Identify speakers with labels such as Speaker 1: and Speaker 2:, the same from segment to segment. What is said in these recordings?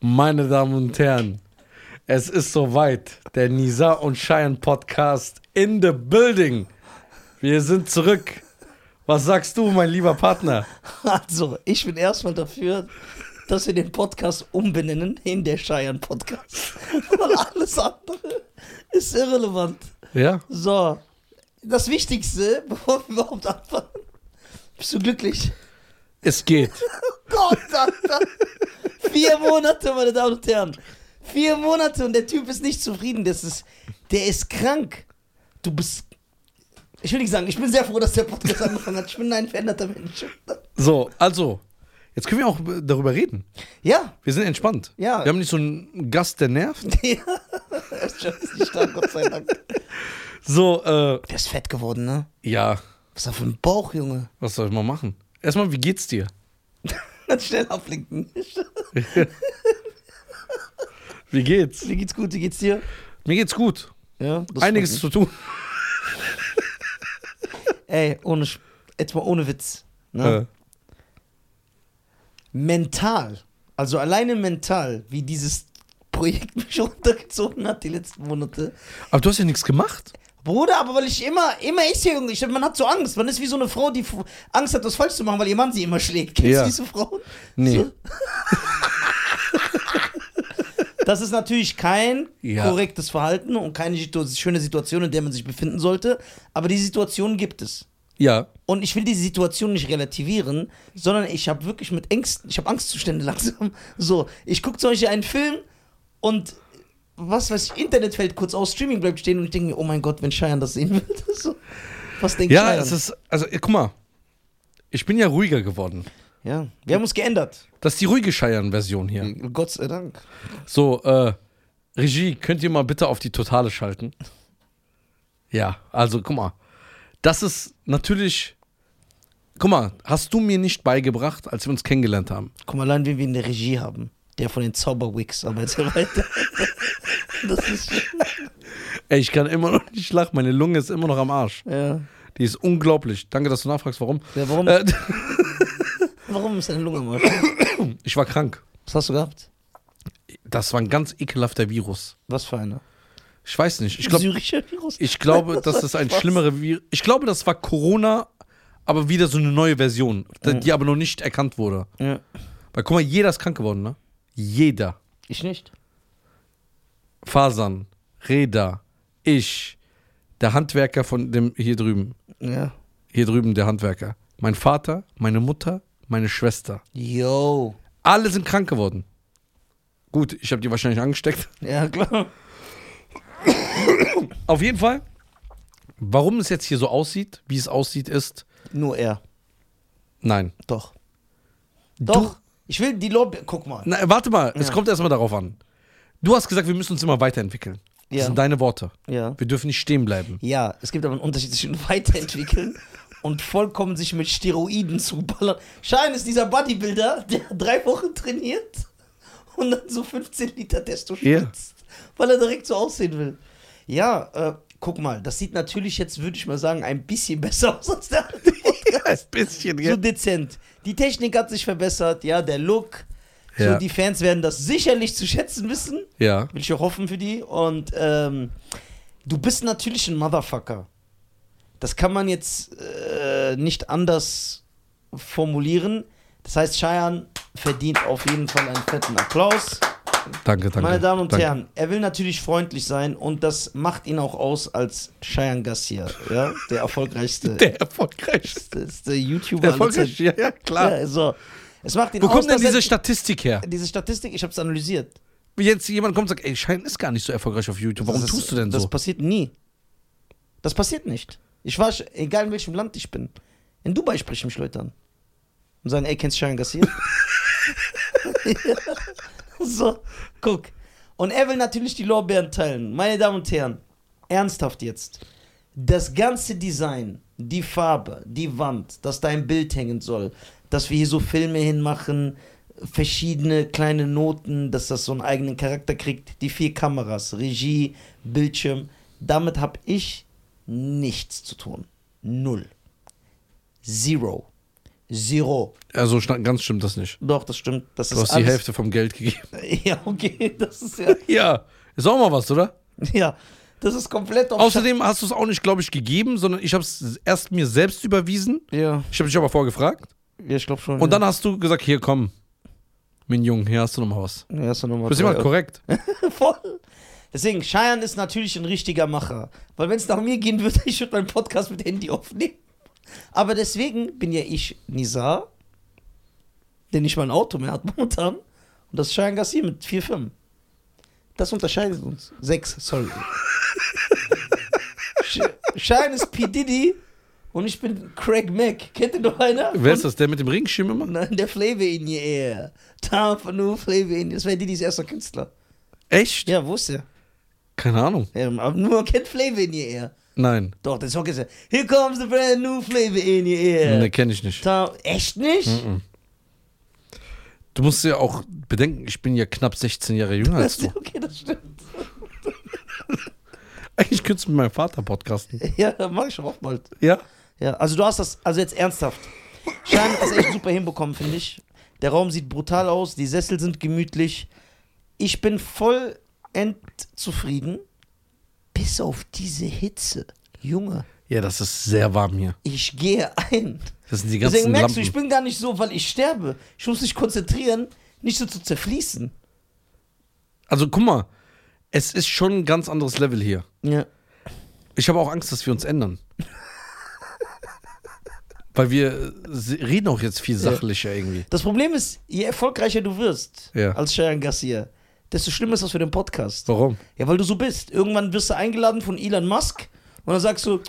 Speaker 1: Meine Damen und Herren, es ist soweit. Der Nisa und Cheyenne Podcast in the building. Wir sind zurück. Was sagst du, mein lieber Partner?
Speaker 2: Also, ich bin erstmal dafür, dass wir den Podcast umbenennen in der Scheiern Podcast. Weil alles andere ist irrelevant.
Speaker 1: Ja?
Speaker 2: So, das Wichtigste, bevor wir überhaupt anfangen. Bist du glücklich?
Speaker 1: Es geht.
Speaker 2: Gott, Alter. Vier Monate, meine Damen und Herren. Vier Monate und der Typ ist nicht zufrieden. Das ist, der ist krank. Du bist. Ich will nicht sagen, ich bin sehr froh, dass der Podcast angefangen hat. Ich bin ein veränderter Mensch.
Speaker 1: So, also, jetzt können wir auch darüber reden.
Speaker 2: Ja.
Speaker 1: Wir sind entspannt.
Speaker 2: Ja.
Speaker 1: Wir haben nicht so einen Gast, der nervt.
Speaker 2: Ja. Er ist schon nicht stark, Gott sei Dank.
Speaker 1: So, äh,
Speaker 2: Der ist fett geworden, ne?
Speaker 1: ja,
Speaker 2: Was ist da für ein Bauch, Junge?
Speaker 1: was soll ich mal machen? Erstmal, wie geht's dir?
Speaker 2: Schnell ablenken.
Speaker 1: Wie geht's?
Speaker 2: Wie geht's gut? Wie geht's dir?
Speaker 1: Mir geht's gut.
Speaker 2: Ja. das
Speaker 1: Einiges zu tun.
Speaker 2: freut mich. Ey, ohne, Sch- jetzt mal ohne Witz. Ne?
Speaker 1: Äh,
Speaker 2: Mental. Also alleine mental, wie dieses Projekt mich runtergezogen hat die letzten Monate.
Speaker 1: Aber du hast ja nichts gemacht.
Speaker 2: Bruder, aber weil ich immer, immer ist hier irgendwie, man hat so Angst. Man ist wie so eine Frau, die f- Angst hat, was falsch zu machen, weil ihr Mann sie immer schlägt. Kennst
Speaker 1: Ja.
Speaker 2: du diese Frauen?
Speaker 1: Nee.
Speaker 2: So. Das ist natürlich kein
Speaker 1: Ja.
Speaker 2: korrektes Verhalten und keine situ- schöne Situation, in der man sich befinden sollte. Aber die Situation gibt es.
Speaker 1: Ja.
Speaker 2: Und ich will diese Situation nicht relativieren, sondern ich habe wirklich mit Ängsten, ich habe Angstzustände langsam. So, ich gucke zum Beispiel einen Film und was weiß ich, Internet fällt kurz aus, Streaming bleibt stehen und ich denke mir, oh mein Gott, wenn Cheyenne das sehen würde. So, was denkt
Speaker 1: Ja,
Speaker 2: Cheyenne?
Speaker 1: es ist, also guck mal, ich bin ja ruhiger geworden.
Speaker 2: ja, wir haben uns geändert.
Speaker 1: Das ist die ruhige Scheiern-Version hier.
Speaker 2: Gott sei Dank.
Speaker 1: So, äh, Regie, könnt ihr mal bitte auf die Totale schalten? Ja, also guck mal, das ist natürlich, guck mal, hast du mir nicht beigebracht, als wir uns kennengelernt haben.
Speaker 2: Guck mal, allein wen wir in der Regie haben. Der von den Zauberwigs, aber jetzt weiter. Das ist,
Speaker 1: Ey, ich kann immer noch nicht lachen, meine Lunge ist immer noch am Arsch.
Speaker 2: ja.
Speaker 1: Die ist unglaublich. Danke, dass du nachfragst, warum.
Speaker 2: ja warum,
Speaker 1: Äh,
Speaker 2: warum ist deine Lunge mal?
Speaker 1: ich war krank.
Speaker 2: Was hast du gehabt?
Speaker 1: Das war ein ganz ekelhafter Virus.
Speaker 2: Was für eine?
Speaker 1: Ich weiß nicht. Ich glaube,
Speaker 2: Syrischer Virus?
Speaker 1: Ich glaube,
Speaker 2: Das
Speaker 1: dass
Speaker 2: war
Speaker 1: das ein
Speaker 2: Spaß.
Speaker 1: schlimmerer Virus. Ich glaube, das war Corona, aber wieder so eine neue Version, die die aber noch nicht erkannt wurde.
Speaker 2: Ja.
Speaker 1: Weil guck mal, jeder ist krank geworden, ne? Jeder.
Speaker 2: Ich nicht.
Speaker 1: Fasern, Reda, ich, der Handwerker von dem hier drüben,
Speaker 2: Ja.
Speaker 1: hier drüben der Handwerker, mein Vater, meine Mutter, meine Schwester.
Speaker 2: Yo.
Speaker 1: Alle sind krank geworden. Gut, ich habe die wahrscheinlich angesteckt.
Speaker 2: Ja, klar.
Speaker 1: Auf jeden Fall, warum es jetzt hier so aussieht, wie es aussieht, ist,
Speaker 2: Nur er.
Speaker 1: nein.
Speaker 2: Doch. Doch. Ich will die Lobby. Guck mal.
Speaker 1: Na, warte mal, es
Speaker 2: Ja.
Speaker 1: kommt erstmal darauf an. Du hast gesagt, wir müssen uns immer weiterentwickeln. Das
Speaker 2: Ja.
Speaker 1: sind deine Worte.
Speaker 2: Ja.
Speaker 1: Wir dürfen nicht stehen bleiben.
Speaker 2: Ja, es gibt aber einen Unterschied zwischen weiterentwickeln und vollkommen sich mit Steroiden zuballern. Schein ist dieser Bodybuilder, der drei Wochen trainiert und dann so 15 Liter Testo
Speaker 1: Ja.
Speaker 2: spritzt, weil er direkt so aussehen will. Ja, äh, guck mal, das sieht natürlich jetzt, würde ich mal sagen, ein bisschen besser aus als der alte Podcast.
Speaker 1: bisschen,
Speaker 2: so dezent. Die Technik hat sich verbessert, ja, der Look.
Speaker 1: Ja.
Speaker 2: So, die Fans werden das sicherlich zu schätzen wissen.
Speaker 1: Ja.
Speaker 2: Will ich auch hoffen für die. Und ähm, du bist natürlich ein Motherfucker. Das kann man jetzt äh, nicht anders formulieren. Das heißt, Cheyenne verdient auf jeden Fall einen fetten Applaus.
Speaker 1: Danke, danke.
Speaker 2: Meine Damen und
Speaker 1: danke.
Speaker 2: Herren, er will natürlich freundlich sein und das macht ihn auch aus als Cheyenne Garcia, ja? der erfolgreichste
Speaker 1: Der erfolgreichste.
Speaker 2: erfolgreichste YouTuber
Speaker 1: Der
Speaker 2: aller Zeiten.
Speaker 1: erfolgreichste, ja, ja, klar.
Speaker 2: Ja, so. Es macht ihn
Speaker 1: Wo
Speaker 2: aus,
Speaker 1: kommt denn
Speaker 2: dass er-
Speaker 1: diese Statistik her?
Speaker 2: diese Statistik, ich habe es analysiert.
Speaker 1: Wie Jetzt jemand kommt und sagt, ey, Schein ist gar nicht so erfolgreich auf YouTube. Warum
Speaker 2: das ist-
Speaker 1: tust du denn
Speaker 2: Das
Speaker 1: so?
Speaker 2: passiert nie. Das passiert nicht. Ich war, sch- egal in welchem Land ich bin, in Dubai sprechen mich Leute an. Und sagen, ey, kennst du Sharon Gassier? so, guck. Und er will natürlich die Lorbeeren teilen. Meine Damen und Herren, ernsthaft jetzt. Das ganze Design, die Farbe, die Wand, dass da ein Bild hängen soll, dass wir hier so Filme hinmachen, verschiedene kleine Noten, dass das so einen eigenen Charakter kriegt, die vier Kameras, Regie, Bildschirm, damit habe ich nichts zu tun. Null. Zero. Zero.
Speaker 1: Also schna- ganz stimmt das nicht.
Speaker 2: Doch, das stimmt. Das
Speaker 1: Du
Speaker 2: ist
Speaker 1: hast die
Speaker 2: alles.
Speaker 1: Hälfte vom Geld gegeben.
Speaker 2: Ja, okay, das ist ja.
Speaker 1: Ja, ist auch mal was, oder?
Speaker 2: Ja, das ist komplett auf
Speaker 1: Außerdem hast du es auch nicht, glaube ich, gegeben, sondern ich habe es erst mir selbst überwiesen.
Speaker 2: Ja,
Speaker 1: Ich habe dich aber vorgefragt.
Speaker 2: ja, ich glaube schon.
Speaker 1: Und dann hast du gesagt, hier komm, Mignon, hier hast du nochmal was.
Speaker 2: Ja, ist ja nochmal
Speaker 1: Du bist immer korrekt.
Speaker 2: voll. Deswegen, Cheyenne ist natürlich ein richtiger Macher. Weil wenn es nach mir gehen würde, ich würde meinen Podcast mit Handy aufnehmen. Aber deswegen bin ja ich Nizar, der nicht mal ein Auto mehr hat momentan. Und das ist Cheyenne Gassi mit vier Firmen. Das unterscheidet uns. Sechs, sorry. Che- Cheyenne ist P. Diddy und ich bin Craig Mack. Kennt ihr noch einer?
Speaker 1: Wer ist das, der mit dem Regenschirm immer?
Speaker 2: Nein, der Flavor in your ear. Time for new Flavor in your Das wäre Diddy's erster Künstler.
Speaker 1: Echt?
Speaker 2: Ja, wusste er.
Speaker 1: Keine Ahnung.
Speaker 2: Ähm, aber nur man kennt Flavor in your ear.
Speaker 1: Nein,
Speaker 2: Doch, der Song ist ja. Here comes the brand new Flavor in your ear.
Speaker 1: ne, kenne ich nicht.
Speaker 2: Ta- Echt nicht?
Speaker 1: Du musst ja auch bedenken, ich bin ja knapp 16 Jahre jünger als
Speaker 2: Das,
Speaker 1: du.
Speaker 2: okay, das stimmt.
Speaker 1: Eigentlich könntest du mit meinem Vater podcasten.
Speaker 2: Ja, das mach ich auch bald.
Speaker 1: Ja?
Speaker 2: Ja, also du hast das, also jetzt ernsthaft. Schein hat das echt super hinbekommen, finde ich. Der Raum sieht brutal aus, die Sessel sind gemütlich. Ich bin voll entzufrieden. Bis auf diese Hitze. Junge,
Speaker 1: Ja, das ist sehr warm hier.
Speaker 2: ich gehe ein.
Speaker 1: Das sind die ganzen
Speaker 2: Deswegen merkst
Speaker 1: Lampen.
Speaker 2: du, ich bin gar nicht so, weil ich sterbe. Ich muss mich konzentrieren, nicht so zu zerfließen.
Speaker 1: also guck mal, es ist schon ein ganz anderes Level hier.
Speaker 2: Ja.
Speaker 1: Ich habe auch Angst, dass wir uns ändern. Weil wir äh, se- reden auch jetzt viel sachlicher irgendwie.
Speaker 2: Das Problem ist, je erfolgreicher du wirst
Speaker 1: Ja.
Speaker 2: als Cheyenne Garcia, desto schlimmer ist das für den Podcast.
Speaker 1: Warum?
Speaker 2: Ja, weil du so bist. Irgendwann wirst du eingeladen von Elon Musk und dann sagst du,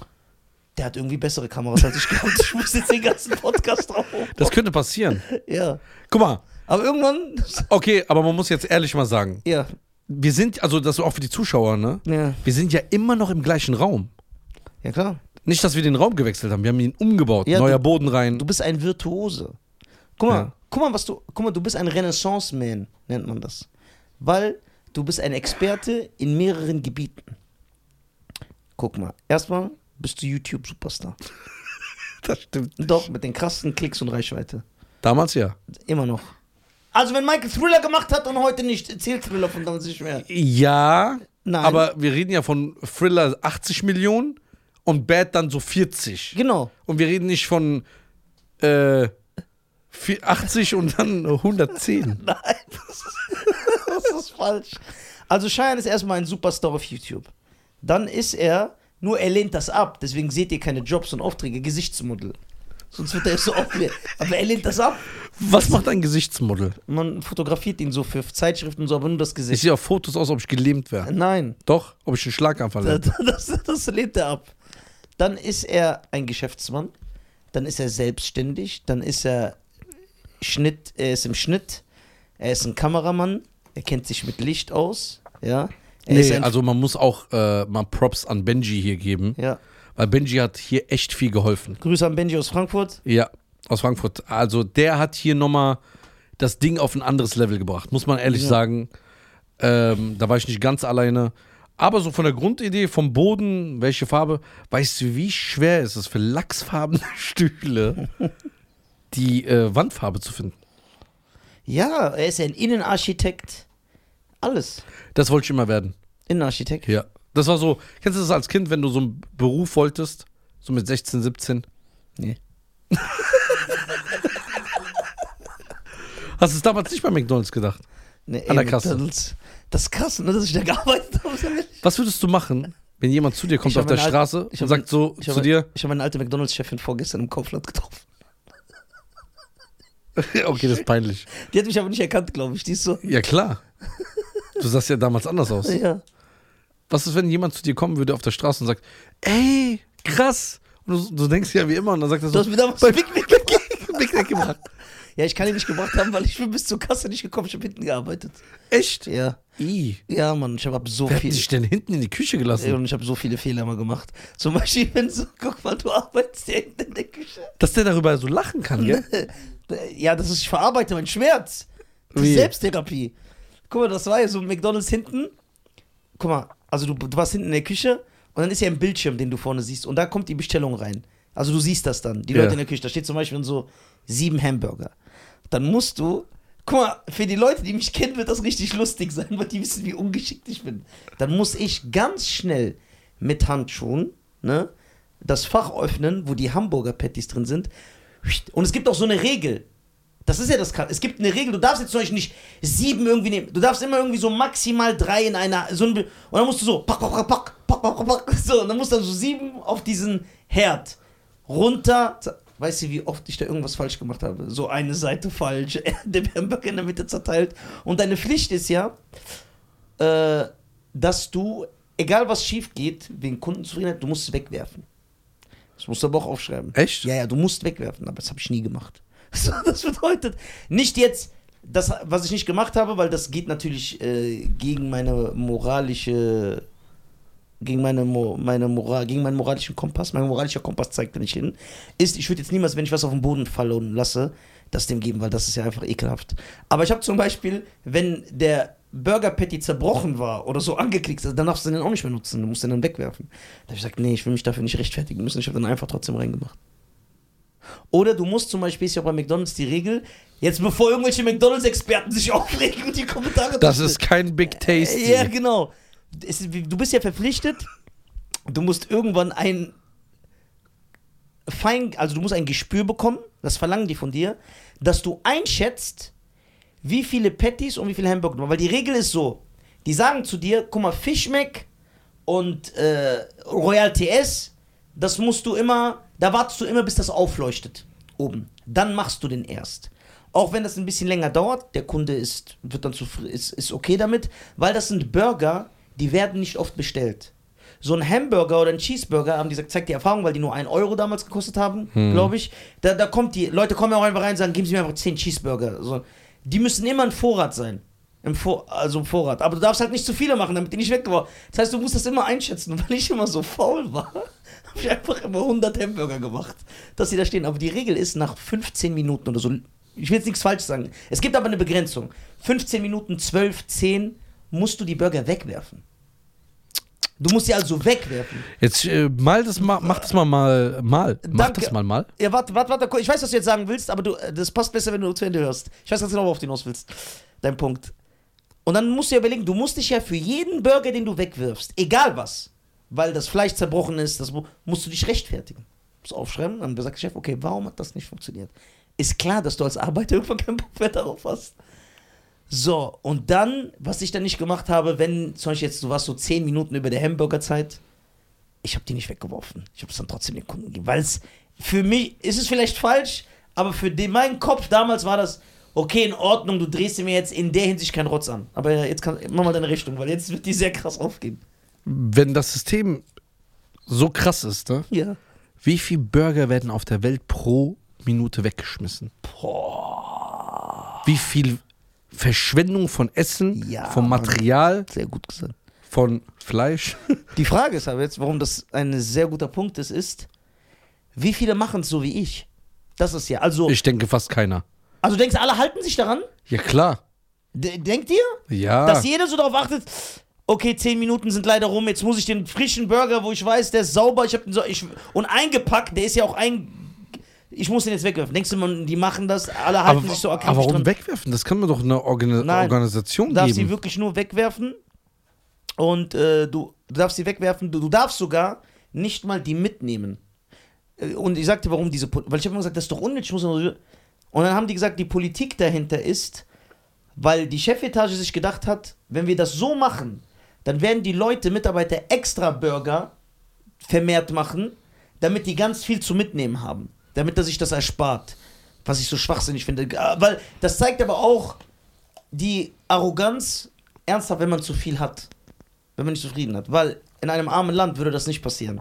Speaker 2: der hat irgendwie bessere Kameras als ich gehabt. Ich muss jetzt den ganzen Podcast drauf.
Speaker 1: Das könnte passieren.
Speaker 2: Ja.
Speaker 1: Guck mal,
Speaker 2: Aber irgendwann,
Speaker 1: okay, aber man muss jetzt ehrlich mal sagen,
Speaker 2: ja,
Speaker 1: wir sind, also das auch für die Zuschauer, ne?
Speaker 2: ja,
Speaker 1: Wir sind ja immer noch im gleichen Raum.
Speaker 2: ja klar.
Speaker 1: Nicht, dass wir den Raum gewechselt haben, wir haben ihn umgebaut,
Speaker 2: Ja,
Speaker 1: neuer Boden rein.
Speaker 2: Du bist ein Virtuose. Guck mal,
Speaker 1: Ja.
Speaker 2: guck mal, was du, guck mal, du bist ein Renaissance-Man, nennt man das. Weil du bist ein Experte in mehreren Gebieten. Guck mal, erstmal bist du YouTube-Superstar.
Speaker 1: das stimmt.
Speaker 2: Doch, mit den krassen Klicks und Reichweite.
Speaker 1: Damals ja.
Speaker 2: Immer noch. Also, wenn Michael Thriller gemacht hat und heute nicht, zählt Thriller von damals nicht mehr.
Speaker 1: Ja,
Speaker 2: Nein.
Speaker 1: aber wir reden ja von Thriller 80 Millionen und Bad dann so 40.
Speaker 2: Genau.
Speaker 1: Und wir reden nicht von äh, vier- 80 und dann 110.
Speaker 2: Nein, das ist, das ist falsch. Also, Cheyenne ist erstmal ein Superstar auf YouTube. Dann ist er, nur er lehnt das ab, deswegen seht ihr keine Jobs und Aufträge, Gesichtsmodel. Sonst wird er so aufgelehnt. Aber er lehnt das ab.
Speaker 1: Was macht ein Gesichtsmodel?
Speaker 2: Man fotografiert ihn so für Zeitschriften und so, aber nur das
Speaker 1: Ich
Speaker 2: Gesicht.
Speaker 1: sehe auf Fotos aus, ob ich gelähmt wäre.
Speaker 2: Nein.
Speaker 1: Doch, ob ich einen Schlaganfall hätte.
Speaker 2: Das, das, das lehnt er ab. Dann ist er ein Geschäftsmann, dann ist er selbstständig, dann ist er Schnitt, er ist im Schnitt, er ist ein Kameramann, er kennt sich mit Licht aus, ja. Er ist
Speaker 1: Nee,
Speaker 2: ein,
Speaker 1: also man muss auch äh, mal Props an Benji hier geben,
Speaker 2: ja.
Speaker 1: weil Benji hat hier echt viel geholfen.
Speaker 2: Grüße an Benji aus Frankfurt.
Speaker 1: Ja, aus Frankfurt. Also der hat hier nochmal das Ding auf ein anderes Level gebracht, muss man ehrlich sagen. Ähm, da war ich nicht ganz alleine. Aber so von der Grundidee, vom Boden, welche Farbe, weißt du, wie schwer ist es ist für lachsfarbene Stühle, die äh, Wandfarbe zu finden?
Speaker 2: Ja, er ist ein Innenarchitekt. Alles.
Speaker 1: Das wollte ich immer werden.
Speaker 2: Innenarchitekt.
Speaker 1: Ja. Das war so, kennst du das als Kind, wenn du so einen Beruf wolltest, so mit 16, 17?
Speaker 2: Nee.
Speaker 1: Hast du es damals nicht bei McDonalds gedacht?
Speaker 2: Nee,
Speaker 1: An der
Speaker 2: ey,
Speaker 1: Kasse.
Speaker 2: Das, das ist krass, ne, dass ich da gearbeitet habe.
Speaker 1: Was würdest du machen, wenn jemand zu dir kommt
Speaker 2: Ich hab
Speaker 1: auf der
Speaker 2: meine Al-
Speaker 1: Straße
Speaker 2: ich
Speaker 1: und
Speaker 2: hab
Speaker 1: sagt so
Speaker 2: Ich
Speaker 1: zu
Speaker 2: habe-
Speaker 1: dir?
Speaker 2: Ich habe meine alte McDonalds-Chefin vorgestern im Kaufland getroffen.
Speaker 1: okay, das ist peinlich.
Speaker 2: Die hat mich aber nicht erkannt, glaube ich. Die ist so.
Speaker 1: Ja, klar. Du sahst ja damals anders aus.
Speaker 2: Ja.
Speaker 1: Was ist, wenn jemand zu dir kommen würde auf der Straße und sagt, ey, krass. Und du, du denkst ja wie immer und dann sagt er
Speaker 2: Du
Speaker 1: so,
Speaker 2: hast mir damals bei Big Mac gegeben.
Speaker 1: Big Mac gebracht.
Speaker 2: Ja, ich kann ihn nicht gebracht haben, weil ich bin bis zur Kasse nicht gekommen. Ich habe hinten gearbeitet.
Speaker 1: Echt?
Speaker 2: Ja.
Speaker 1: I.
Speaker 2: Ja, Mann, ich habe so
Speaker 1: Wer hat
Speaker 2: viel.
Speaker 1: dich denn hinten in die Küche
Speaker 2: Ey,
Speaker 1: gelassen?
Speaker 2: Und ich habe so viele Fehler mal gemacht. Zum Beispiel, wenn so, guck mal, du arbeitest hier hinten in der Küche.
Speaker 1: Dass der darüber so lachen kann, gell?
Speaker 2: Ja, das ist, ich verarbeite meinen Schmerz. Das ist
Speaker 1: Wie?
Speaker 2: Selbsttherapie. Guck mal, das war ja so ein McDonalds hinten. Guck mal, also du, du warst hinten in der Küche und dann ist ja ein Bildschirm, den du vorne siehst. Und da kommt die Bestellung rein. Also du siehst das dann, die
Speaker 1: Ja.
Speaker 2: Leute in der Küche. Da steht zum Beispiel so sieben Hamburger. Dann musst du, guck mal, für die Leute, die mich kennen, wird das richtig lustig sein, weil die wissen, wie ungeschickt ich bin. Dann muss ich ganz schnell mit Handschuhen, ne, das Fach öffnen, wo die Hamburger Patties drin sind. Und es gibt auch so eine Regel. Das ist ja das Krasse. Es gibt eine Regel, du darfst jetzt zum Beispiel nicht sieben irgendwie nehmen. Du darfst immer irgendwie so maximal drei in einer. So ein, Be- und dann musst du so pack, pack, pack, pack, pack, pack, pack, pack. So, und dann musst du so sieben auf diesen Herd runter. Z- Weißt du, wie oft ich da irgendwas falsch gemacht habe? So eine Seite falsch, der Hamburger in der Mitte zerteilt. Und deine Pflicht ist ja, äh, dass du, egal was schief geht, wegen Kundenzufriedenheit, du musst es wegwerfen. Das musst du aber auch aufschreiben.
Speaker 1: Echt?
Speaker 2: Ja, ja, du musst wegwerfen, aber das habe ich nie gemacht. So, das bedeutet, nicht jetzt, das, was ich nicht gemacht habe, weil das geht natürlich äh, gegen meine moralische, gegen meine, Mo, meine Moral, gegen meinen moralischen Kompass, mein moralischer Kompass zeigt da nicht hin, ist, ich würde jetzt niemals, wenn ich was auf den Boden fallen lasse, das dem geben, weil das ist ja einfach ekelhaft. Aber ich habe zum Beispiel, wenn der Burger Patty zerbrochen war oder so angeklickt, dann darfst du den auch nicht mehr nutzen, du musst den dann wegwerfen. Da habe ich gesagt, nee, ich will mich dafür nicht rechtfertigen müssen, ich habe den einfach trotzdem reingemacht. Oder du musst zum Beispiel, ist ja bei McDonalds die Regel, jetzt bevor irgendwelche McDonalds-Experten sich aufregen und die Kommentare
Speaker 1: Das
Speaker 2: drunter-
Speaker 1: ist kein Big Tasty.
Speaker 2: ja, genau. Es, ist- du bist ja verpflichtet, du musst irgendwann ein fein, also du musst ein Gespür bekommen, das verlangen die von dir, dass du einschätzt, wie viele Patties und wie viele Hamburger du machst. Weil die Regel ist so, die sagen zu dir, guck mal, Fischmeck und äh, Royal TS, das musst du immer, da wartest du immer, bis das aufleuchtet oben. Dann machst du den erst. Auch wenn das ein bisschen länger dauert, der Kunde ist, wird dann zufrieden, ist, ist okay damit, weil das sind Burger, die werden nicht oft bestellt. So ein Hamburger oder ein Cheeseburger haben die gesagt, zeigt die Erfahrung, weil die nur 1 Euro damals gekostet haben, glaube ich. Da, da kommt die, Leute kommen ja auch einfach rein und sagen, geben Sie mir einfach 10 Cheeseburger. So. Die müssen immer ein Vorrat sein. Im Vor also im Vorrat. Aber du darfst halt nicht zu viele machen, damit die nicht weggeworfen Das heißt, du musst das immer einschätzen. Und weil ich immer so faul war, habe ich einfach immer 100 Hamburger gemacht, dass sie da stehen. Aber die Regel ist, nach 15 Minuten oder so, ich will jetzt nichts falsch sagen, es gibt aber eine Begrenzung. 15 Minuten, 12, 10 musst du die Burger wegwerfen. Du musst sie also wegwerfen.
Speaker 1: Jetzt äh, mal das mal, mach das mal mal, mal. Mach
Speaker 2: Danke.
Speaker 1: das mal mal.
Speaker 2: Ja, warte, warte, warte. Ich weiß, was du jetzt sagen willst, aber du, äh, das passt besser, wenn du zu Ende hörst. Ich weiß ganz genau, worauf du hinaus willst. Dein Punkt. Und dann musst du ja überlegen, du musst dich ja für jeden Burger, den du wegwirfst, egal was, weil das Fleisch zerbrochen ist, das mu- musst du dich rechtfertigen. Musst aufschreiben, dann sagt der Chef, okay, warum hat das nicht funktioniert? Ist klar, dass du als Arbeiter irgendwann keinen Bock mehr darauf hast. So, und dann, was ich dann nicht gemacht habe, wenn zum Beispiel jetzt, du warst so 10 Minuten über der Hamburgerzeit, ich habe die nicht weggeworfen. Ich habe es dann trotzdem den Kunden gegeben, weil es für mich ist es vielleicht falsch, aber für den, meinen Kopf damals war das okay in Ordnung. Du drehst mir jetzt in der Hinsicht keinen Rotz an. Aber ja, jetzt kann, mach mal deine Richtung, weil jetzt wird die sehr krass aufgehen.
Speaker 1: Wenn das System so krass ist, ne?
Speaker 2: Ja.
Speaker 1: Wie viel Burger werden auf der Welt pro Minute weggeschmissen? Wie viel Verschwendung von Essen,
Speaker 2: Ja,
Speaker 1: von
Speaker 2: Mann.
Speaker 1: Material,
Speaker 2: Sehr gut gesagt.
Speaker 1: von Fleisch?
Speaker 2: Die Frage ist aber jetzt, warum das ein sehr guter Punkt ist, ist, wie viele machen es so wie ich? Das ist ja also.
Speaker 1: Ich denke fast keiner.
Speaker 2: also denkst du, alle halten sich daran?
Speaker 1: Ja klar.
Speaker 2: D denkt ihr?
Speaker 1: Ja.
Speaker 2: Dass jeder so darauf achtet, okay, 10 Minuten sind leider rum, jetzt muss ich den frischen Burger, wo ich weiß, der ist sauber, ich habe den so, ich, und eingepackt, der ist ja auch ein. Ich muss den jetzt wegwerfen. Denkst du, man, die machen das, alle halten
Speaker 1: aber,
Speaker 2: sich so akribisch
Speaker 1: aber warum
Speaker 2: dran.
Speaker 1: wegwerfen? Das kann man doch einer Organi
Speaker 2: Nein.
Speaker 1: Organisation
Speaker 2: Du darfst sie
Speaker 1: geben.
Speaker 2: wirklich nur wegwerfen und äh, du, du darfst sie wegwerfen, du, du darfst sogar nicht mal die mitnehmen. Äh, Und ich sagte, warum diese, Pol- weil ich habe immer gesagt, das ist doch unnötig. ich Muss nur- und dann haben die gesagt, die Politik dahinter ist, weil die Chefetage sich gedacht hat, wenn wir das so machen, dann werden die Leute, Mitarbeiter extra Burger vermehrt machen, damit die ganz viel zu mitnehmen haben, damit er sich das erspart. Was ich so schwachsinnig finde. Äh, Weil das zeigt aber auch die Arroganz ernsthaft, wenn man zu viel hat. Wenn man nicht zufrieden hat. Weil in einem armen Land würde das nicht passieren.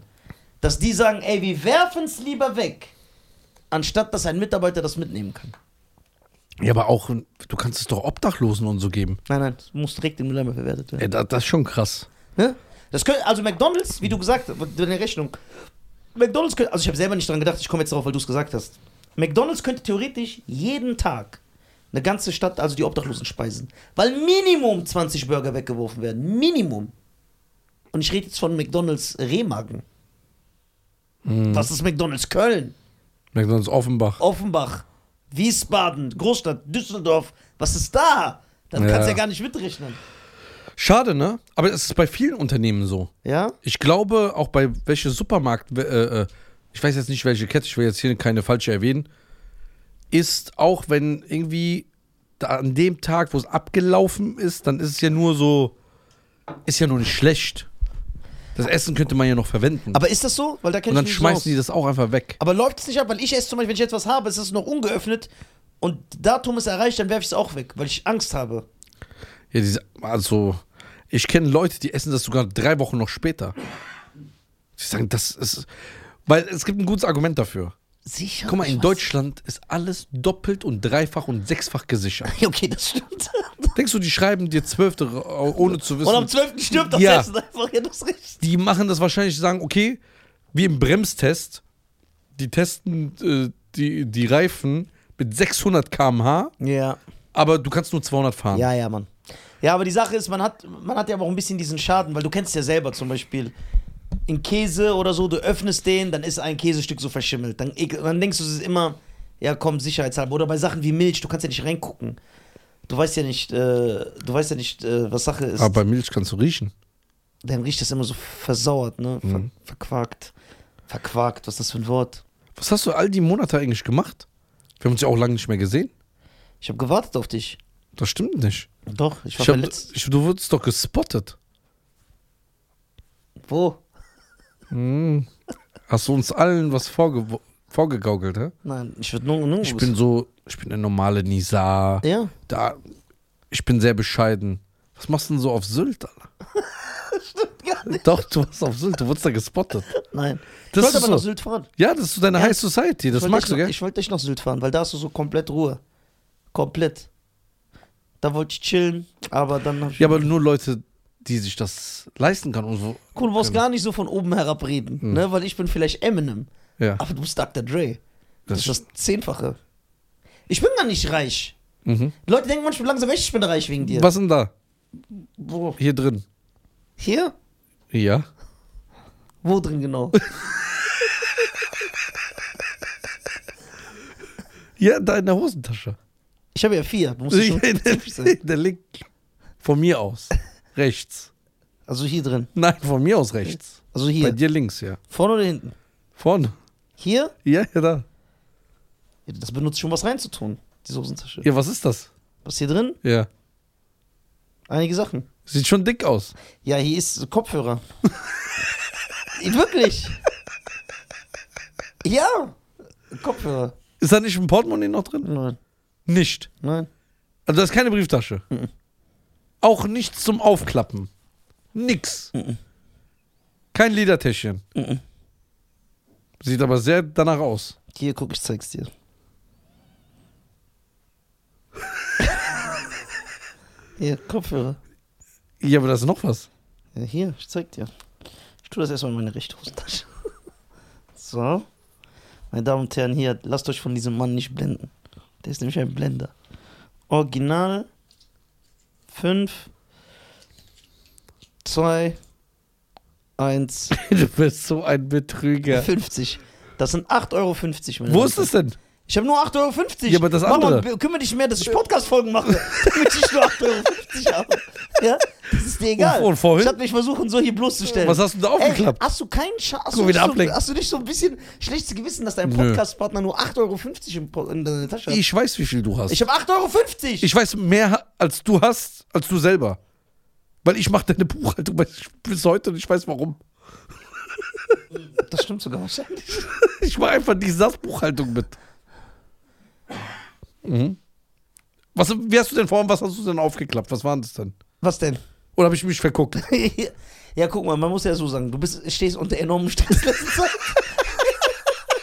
Speaker 2: Dass die sagen, ey, wir werfen es lieber weg, anstatt dass ein Mitarbeiter das mitnehmen kann.
Speaker 1: Ja, aber auch, du kannst es doch Obdachlosen und so geben.
Speaker 2: Nein, nein, es muss direkt im Mülleimer verwertet werden.
Speaker 1: Ja, das, das ist schon krass.
Speaker 2: Ne? Das könnte, also McDonalds, wie du gesagt hast, deine Rechnung. McDonalds könnte, also ich habe selber nicht dran gedacht, ich komme jetzt darauf, weil du es gesagt hast. McDonalds könnte theoretisch jeden Tag eine ganze Stadt, also die Obdachlosen speisen. Weil Minimum 20 Burger weggeworfen werden. Minimum. Und ich rede jetzt von McDonalds Rehmagen.
Speaker 1: Hm.
Speaker 2: Was ist McDonalds? Köln,
Speaker 1: McDonalds Offenbach.
Speaker 2: Oh. Offenbach, Wiesbaden, Großstadt, Düsseldorf. Was ist da? Das
Speaker 1: Ja.
Speaker 2: kannst du ja gar nicht mitrechnen.
Speaker 1: Schade, ne? Aber es ist bei vielen Unternehmen so.
Speaker 2: Ja?
Speaker 1: Ich glaube, auch bei welche Supermarkt, äh, äh, ich weiß jetzt nicht, welche Kette, ich will jetzt hier keine falsche erwähnen, ist auch, wenn irgendwie da an dem Tag, wo es abgelaufen ist, dann ist es ja nur so, ist ja nur nicht schlecht. Das Essen könnte man ja noch verwenden.
Speaker 2: Aber ist das so? Weil da kenn
Speaker 1: Und dann
Speaker 2: ich mich nicht so aus.
Speaker 1: schmeißen die das auch einfach weg.
Speaker 2: Aber läuft es nicht ab, weil ich esse zum Beispiel, wenn ich etwas habe, ist es noch ungeöffnet und Datum ist erreicht, dann werfe ich es auch weg, weil ich Angst habe.
Speaker 1: Ja, diese, also, ich kenne Leute, die essen das sogar drei Wochen noch später. Die sagen, das ist. Weil es gibt ein gutes Argument dafür.
Speaker 2: Sicher?
Speaker 1: Guck mal,
Speaker 2: Ich
Speaker 1: in
Speaker 2: weiß-
Speaker 1: Deutschland ist alles doppelt und dreifach und sechsfach gesichert.
Speaker 2: Okay, das stimmt.
Speaker 1: Denkst du, die schreiben dir Zwölfte ra- ohne zu
Speaker 2: Und am
Speaker 1: wissen?
Speaker 2: 12. stirbt das
Speaker 1: Ja.
Speaker 2: Essen einfach. Ja, das ist richtig.
Speaker 1: Die machen das wahrscheinlich, sagen, okay, wie im Bremstest, die testen äh, die, die Reifen mit 600 km/h,
Speaker 2: Ja.
Speaker 1: aber du kannst nur 200 fahren.
Speaker 2: Ja, ja, Mann. Ja, aber die Sache ist, man hat, man hat ja aber auch ein bisschen diesen Schaden, weil du kennst ja selber zum Beispiel in Käse oder so, du öffnest den, dann ist ein Käsestück so verschimmelt. Dann, ekel- dann denkst du, es ist immer, ja komm, sicherheitshalber. Oder bei Sachen wie Milch, du kannst ja nicht reingucken. Du weißt ja nicht, äh, du weißt ja nicht, äh, was Sache ist.
Speaker 1: Aber bei Milch kannst du riechen.
Speaker 2: dann riecht das immer so versauert, ne? Ver
Speaker 1: Mhm.
Speaker 2: Verquakt. Verquakt, was ist das für ein Wort?
Speaker 1: Was hast du all die Monate eigentlich gemacht? Wir haben uns ja auch lange nicht mehr gesehen.
Speaker 2: Ich habe gewartet auf dich.
Speaker 1: Das stimmt nicht.
Speaker 2: Doch, ich war
Speaker 1: Ich hab,
Speaker 2: verletzt.
Speaker 1: ich, du wurdest doch gespottet.
Speaker 2: Wo?
Speaker 1: Hast du uns allen was vorge vorgegaukelt, hä?
Speaker 2: Nein, ich würde nur, nur.
Speaker 1: Ich bin so, ich bin eine normale Nisa.
Speaker 2: Ja.
Speaker 1: Da, ich bin sehr bescheiden. Was machst du denn so auf Sylt, Alter? Doch, du warst auf Sylt, du wurdest da gespottet.
Speaker 2: Nein.
Speaker 1: Das
Speaker 2: ich wollte
Speaker 1: ist
Speaker 2: aber nach
Speaker 1: so.
Speaker 2: Sylt fahren.
Speaker 1: Ja, das ist so deine
Speaker 2: Ja.
Speaker 1: High Society, das
Speaker 2: ich wollte
Speaker 1: magst
Speaker 2: echt
Speaker 1: du,
Speaker 2: nach-
Speaker 1: gell?
Speaker 2: Ich wollte echt nach Sylt fahren, weil da hast du so komplett Ruhe. Komplett. Da wollte ich chillen, aber dann hab ich.
Speaker 1: ja, aber nur Leute, die sich das leisten können und so.
Speaker 2: cool, du brauchst gar nicht so von oben herab reden,
Speaker 1: Mhm.
Speaker 2: ne? Weil ich bin vielleicht Eminem,
Speaker 1: Ja.
Speaker 2: aber du bist Dr. Dre.
Speaker 1: Das
Speaker 2: Das, ist das Zehnfache. Ich bin gar nicht reich.
Speaker 1: Mhm.
Speaker 2: Leute denken manchmal langsam echt, ich bin reich wegen dir.
Speaker 1: Was denn da?
Speaker 2: Wo?
Speaker 1: Hier drin.
Speaker 2: Hier?
Speaker 1: Ja.
Speaker 2: Wo drin genau?
Speaker 1: Ja, da in der Hosentasche.
Speaker 2: Ich habe ja vier. Muss ich
Speaker 1: In
Speaker 2: schon spezifisch
Speaker 1: der,
Speaker 2: sein.
Speaker 1: in der linken. Von mir aus. rechts.
Speaker 2: Also hier drin.
Speaker 1: Nein, von mir aus rechts.
Speaker 2: Also
Speaker 1: Bei
Speaker 2: hier.
Speaker 1: dir links, ja.
Speaker 2: Vorne oder hinten?
Speaker 1: Vorne.
Speaker 2: Hier?
Speaker 1: Ja, ja, da.
Speaker 2: Ja, Das benutze ich, um was reinzutun. Die Soßentasche.
Speaker 1: Ja, was ist das?
Speaker 2: Was hier drin?
Speaker 1: Ja.
Speaker 2: Einige Sachen.
Speaker 1: Sieht schon dick aus.
Speaker 2: Ja, hier ist Kopfhörer. Wirklich? Ja! Kopfhörer.
Speaker 1: Ist da nicht ein Portemonnaie noch drin?
Speaker 2: Nein,
Speaker 1: Nicht.
Speaker 2: nein.
Speaker 1: Also da ist keine Brieftasche. Auch nichts zum Aufklappen. Nix. Kein Ledertäschchen. Sieht aber sehr danach aus.
Speaker 2: Hier, guck, ich zeig's dir. Hier, Kopfhörer.
Speaker 1: Ja, aber da ist noch was.
Speaker 2: Ja, hier, ich zeig dir. Ich tue das erstmal in meine rechte Hosentasche. So. Meine Damen und Herren, hier, lasst euch von diesem Mann nicht blenden. Der ist nämlich ein Blender. Original 5 2 1
Speaker 1: Du bist so ein Betrüger.
Speaker 2: 50. Das sind 8,50 Euro, meine
Speaker 1: Wo
Speaker 2: Damen
Speaker 1: ist
Speaker 2: und
Speaker 1: das denn?
Speaker 2: Herren. Ich habe nur 8,50 Euro.
Speaker 1: Ja, aber das andere.
Speaker 2: Mama, kümmere dich mehr, dass ich Podcast-Folgen mache, damit ich nur 8,50 Euro habe. Ja? Das ist dir egal.
Speaker 1: Oh, Und- und vorhin?
Speaker 2: Ich habe mich versucht, so hier bloßzustellen.
Speaker 1: Was hast du da
Speaker 2: Ey,
Speaker 1: aufgeklappt?
Speaker 2: hast du keinen Scha hast,
Speaker 1: Guck,
Speaker 2: du
Speaker 1: wie
Speaker 2: nicht
Speaker 1: der
Speaker 2: so,
Speaker 1: ablenkt.
Speaker 2: hast du nicht so ein bisschen schlechtes Gewissen, dass dein
Speaker 1: Nö.
Speaker 2: Podcast-Partner nur 8,50 Euro im Po- in deiner Tasche hat?
Speaker 1: äh. ich weiß, wie viel du hast.
Speaker 2: Ich habe 8,50 Euro!
Speaker 1: Ich weiß mehr, ha- als du hast, als du selber. Weil ich mache deine Buchhaltung weil ich bis heute und ich weiß warum.
Speaker 2: das stimmt sogar wahrscheinlich.
Speaker 1: Ich mache einfach die SAS-Buchhaltung mit. Mhm. Was, wie hast du denn vorhin, was hast du denn aufgeklappt? Was waren das denn?
Speaker 2: Was denn?
Speaker 1: Oder habe ich mich verguckt?
Speaker 2: ja, guck mal, man muss ja so sagen, du bist, stehst unter enormem Stress letzte Zeit.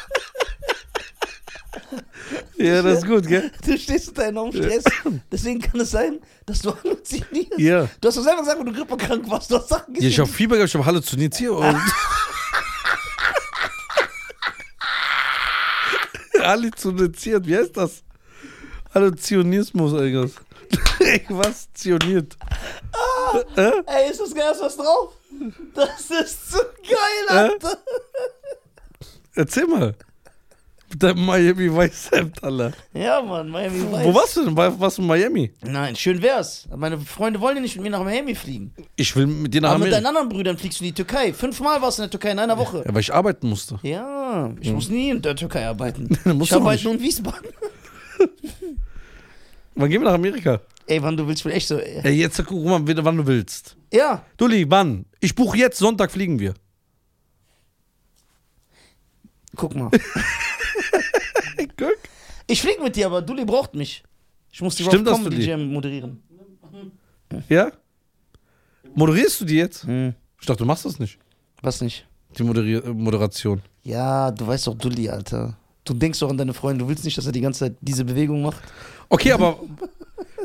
Speaker 1: ja, das ist gut, gell?
Speaker 2: Du stehst unter enormem Stress. Deswegen kann es sein, dass du halluzinierst.
Speaker 1: Ja.
Speaker 2: Du hast doch selber gesagt, wenn du grippekrank warst, du hast Sachen
Speaker 1: Ja,
Speaker 2: gesehen.
Speaker 1: ich habe Fieber gehabt, ich habe halluziniert hier. Und halluziniert, wie heißt das? Halluzionismus, irgendwas. Ey, was? Zioniert.
Speaker 2: Ey, ist das geil, hast du was drauf? Das ist so geil, Alter.
Speaker 1: Erzähl mal. Der Miami Vice Hemd, Alter.
Speaker 2: Ja, Mann, Miami Vice.
Speaker 1: Wo warst du denn? War- Warst du in Miami?
Speaker 2: Nein, schön wär's. Meine Freunde wollen ja nicht mit mir nach Miami fliegen.
Speaker 1: Ich will mit dir nach
Speaker 2: Aber mit deinen
Speaker 1: Amerika.
Speaker 2: anderen Brüdern fliegst du in die Türkei. Fünfmal warst du in der Türkei in einer Woche.
Speaker 1: Ja, weil ich arbeiten musste.
Speaker 2: Ja, ich muss nie in der Türkei arbeiten.
Speaker 1: Musst
Speaker 2: ich
Speaker 1: du auch
Speaker 2: arbeite
Speaker 1: nicht.
Speaker 2: nur in Wiesbaden.
Speaker 1: Wann gehen wir nach Amerika?
Speaker 2: Ey, wann du willst, ich will echt so. ey.
Speaker 1: Ey, jetzt guck mal, wieder, wann du willst.
Speaker 2: Ja,
Speaker 1: Dulli, wann? Ich buche jetzt, Sonntag fliegen wir.
Speaker 2: guck mal.
Speaker 1: Guck.
Speaker 2: Ich flieg mit dir, aber Dulli braucht mich. Ich muss die
Speaker 1: Stimmt,
Speaker 2: Rock
Speaker 1: dass du
Speaker 2: Comedy
Speaker 1: die-
Speaker 2: Jam moderieren.
Speaker 1: Ja? Moderierst du die jetzt?
Speaker 2: Hm,
Speaker 1: Ich dachte, du machst das nicht.
Speaker 2: was nicht?
Speaker 1: Die Moderier äh, Moderation.
Speaker 2: Ja, du weißt doch Dulli, Alter. Du denkst doch an deine Freunde. Du willst nicht, dass er die ganze Zeit diese Bewegung macht.
Speaker 1: Okay, aber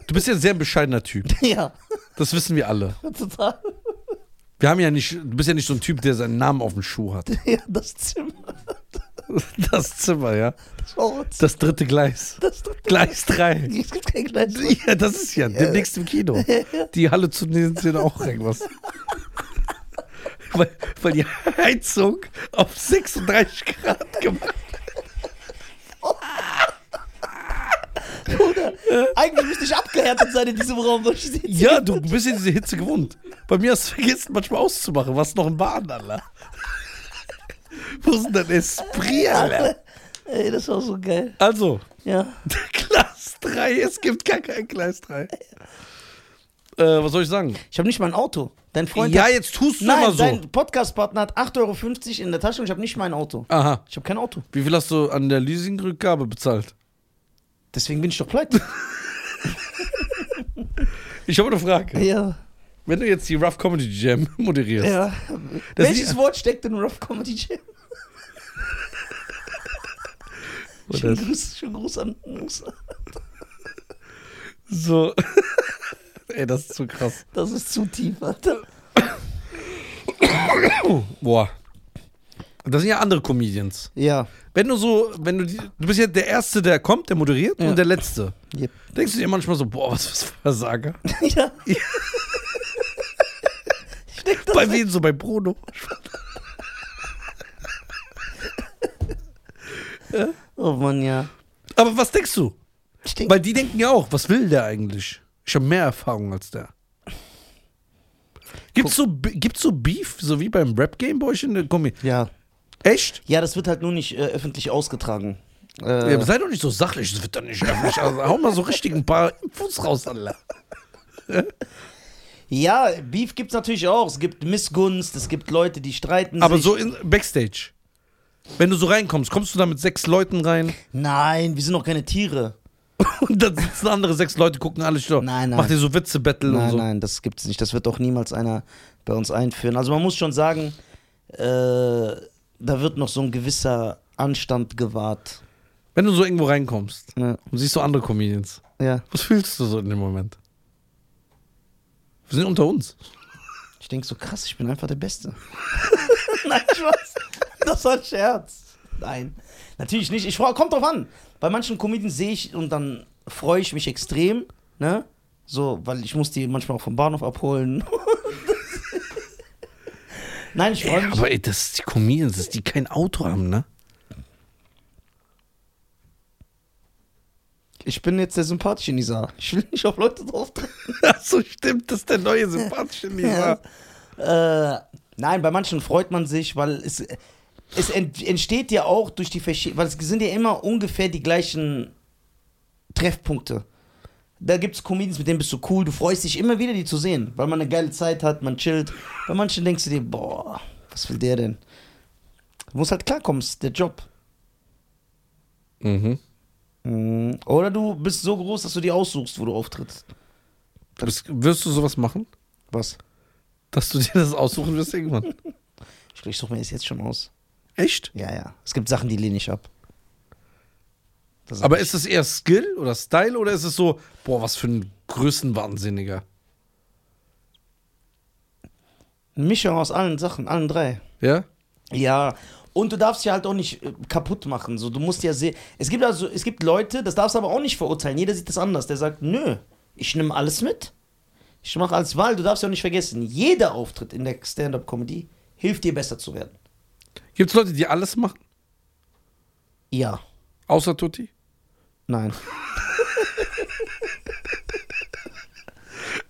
Speaker 1: du bist ja ein sehr bescheidener Typ.
Speaker 2: ja,
Speaker 1: Das wissen wir alle.
Speaker 2: total.
Speaker 1: Wir haben ja nicht, du bist ja nicht so ein Typ, der seinen Namen auf dem Schuh hat.
Speaker 2: Ja, das Zimmer.
Speaker 1: Das Zimmer, ja.
Speaker 2: Das war das,
Speaker 1: Das dritte Gleis.
Speaker 2: das, das,
Speaker 1: Gleis 3.
Speaker 2: Es gibt kein Gleis.
Speaker 1: Ja, das ist ja demnächst im Kino. Die Halle zu nehmen sind auch irgendwas. Weil, weil die Heizung auf 36 Grad gemacht
Speaker 2: Eigentlich müsste ich abgehärtet sein in diesem Raum, weil ich sehe.
Speaker 1: Ja, du bist ja diese Hitze gewohnt. Bei mir hast du vergessen, manchmal auszumachen. Warst noch im Bahn, Alter. Wo ist denn dein Esprit, Alter?
Speaker 2: Ey, das war so geil.
Speaker 1: Also,
Speaker 2: Ja.
Speaker 1: Gleis 3. Es gibt gar kein Gleis 3. Äh, was soll ich sagen?
Speaker 2: Ich habe nicht mal ein Auto. Dein Freund
Speaker 1: ja,
Speaker 2: hat,
Speaker 1: jetzt tust du immer
Speaker 2: Nein,
Speaker 1: so.
Speaker 2: dein Podcast-Partner hat 8,50 Euro in der Tasche und ich habe nicht mal ein Auto.
Speaker 1: Aha.
Speaker 2: Ich habe kein Auto.
Speaker 1: Wie viel hast du an der Leasingrückgabe bezahlt?
Speaker 2: Deswegen bin ich doch pleite.
Speaker 1: Ich habe eine Frage.
Speaker 2: ja.
Speaker 1: Wenn du jetzt die Rough Comedy Jam moderierst,
Speaker 2: Ja.
Speaker 1: Das
Speaker 2: Welches
Speaker 1: ist-
Speaker 2: Wort steckt in Rough Comedy Jam?
Speaker 1: Oder
Speaker 2: Schönen
Speaker 1: das-
Speaker 2: Gruß, schönen Gruß an Musa.
Speaker 1: so. Ey, das ist so krass.
Speaker 2: Das ist zu tief, Alter.
Speaker 1: Oh, Boah. Das sind ja andere Comedians.
Speaker 2: Ja.
Speaker 1: Wenn du so, wenn du, die, du bist ja der Erste, der kommt, der moderiert
Speaker 2: Ja.
Speaker 1: und der Letzte.
Speaker 2: Yep.
Speaker 1: Denkst du dir manchmal so, boah, was für ein Versager?
Speaker 2: ja. ich denke, das
Speaker 1: Bei wem so? Bei Bruno?
Speaker 2: Oh Mann, ja.
Speaker 1: Aber was denkst du?
Speaker 2: Ich denk,
Speaker 1: Weil die denken ja auch, was will der eigentlich? Ich habe mehr Erfahrung als der. Gibt's so, Be- gibt's so Beef, so wie beim Rap-Game bei euch in der Comedy?
Speaker 2: ja.
Speaker 1: Echt?
Speaker 2: Ja, das wird halt nur nicht äh, öffentlich ausgetragen. Äh,
Speaker 1: Ja, aber sei doch nicht so sachlich, das wird doch nicht öffentlich. Also, hau mal so richtig ein paar Infos raus, Alter.
Speaker 2: ja, Beef gibt's natürlich auch. Es gibt Missgunst, es gibt Leute, die streiten
Speaker 1: Aber
Speaker 2: sich.
Speaker 1: so in Backstage. Wenn du so reinkommst, kommst du da mit sechs Leuten rein
Speaker 2: Nein, wir sind doch keine Tiere.
Speaker 1: und dann sitzen andere sechs Leute, gucken alle schon.
Speaker 2: Nein, nein.
Speaker 1: Macht dir so Witze-Battle und
Speaker 2: Nein,
Speaker 1: so.
Speaker 2: nein, das gibt's nicht. Das wird auch niemals einer bei uns einführen. Also man muss schon sagen, äh, da wird noch so ein gewisser Anstand gewahrt.
Speaker 1: Wenn du so irgendwo reinkommst
Speaker 2: Ja,
Speaker 1: und siehst so andere Comedians,
Speaker 2: ja
Speaker 1: was fühlst du so in dem Moment? Wir sind unter uns.
Speaker 2: ich denke so, krass, ich bin einfach der Beste. Nein, Spaß. Das war ein Scherz. Nein, natürlich nicht. Ich frage, kommt drauf an. Bei manchen Comedians sehe ich und dann freue ich mich extrem, ne? So, weil ich muss die manchmal auch vom Bahnhof abholen. Nein, ich
Speaker 1: Ja,
Speaker 2: freue mich.
Speaker 1: aber ey, das ist die Comedians, dass die kein Auto haben, ne?
Speaker 2: Ich bin jetzt der sympathische Nisa. Ich will nicht auf Leute drauf
Speaker 1: Achso, stimmt, das ist der neue sympathische Lisa.
Speaker 2: äh, Nein, bei manchen freut man sich, weil es, es ent, entsteht ja auch durch die verschiedenen, weil es sind ja immer ungefähr die gleichen Treffpunkte. Da gibt es Comedians, mit denen bist du cool, du freust dich immer wieder, die zu sehen, weil man eine geile Zeit hat, man chillt. Bei manchen denkst du dir, boah, was will der denn? Du musst halt klarkommen, ist der Job.
Speaker 1: Mhm.
Speaker 2: Mhm. Oder du bist so groß, dass du dir aussuchst, wo du auftrittst.
Speaker 1: Du bist, wirst du sowas machen?
Speaker 2: Was?
Speaker 1: Dass du dir das aussuchen wirst irgendwann?
Speaker 2: Ich, ich suche mir das jetzt schon aus.
Speaker 1: Echt?
Speaker 2: Ja, ja. Es gibt Sachen, die lehne ich ab. Das
Speaker 1: Aber ist es eher Skill oder Style oder ist es so, boah, was für ein Größenwahnsinniger?
Speaker 2: eine Mischung aus allen Sachen, allen drei.
Speaker 1: Ja?
Speaker 2: Ja. Und du darfst ja halt auch nicht äh, kaputt machen. So, du musst ja sehen. Es gibt also, es gibt Leute, das darfst du aber auch nicht verurteilen. Jeder sieht das anders. Der sagt, nö, ich nehme alles mit. Ich mache alles Wahl. Du darfst ja auch nicht vergessen, jeder Auftritt in der Stand-up-Comedy hilft dir besser zu werden.
Speaker 1: Gibt es Leute, die alles machen?
Speaker 2: Ja.
Speaker 1: Außer Tutti?
Speaker 2: Nein.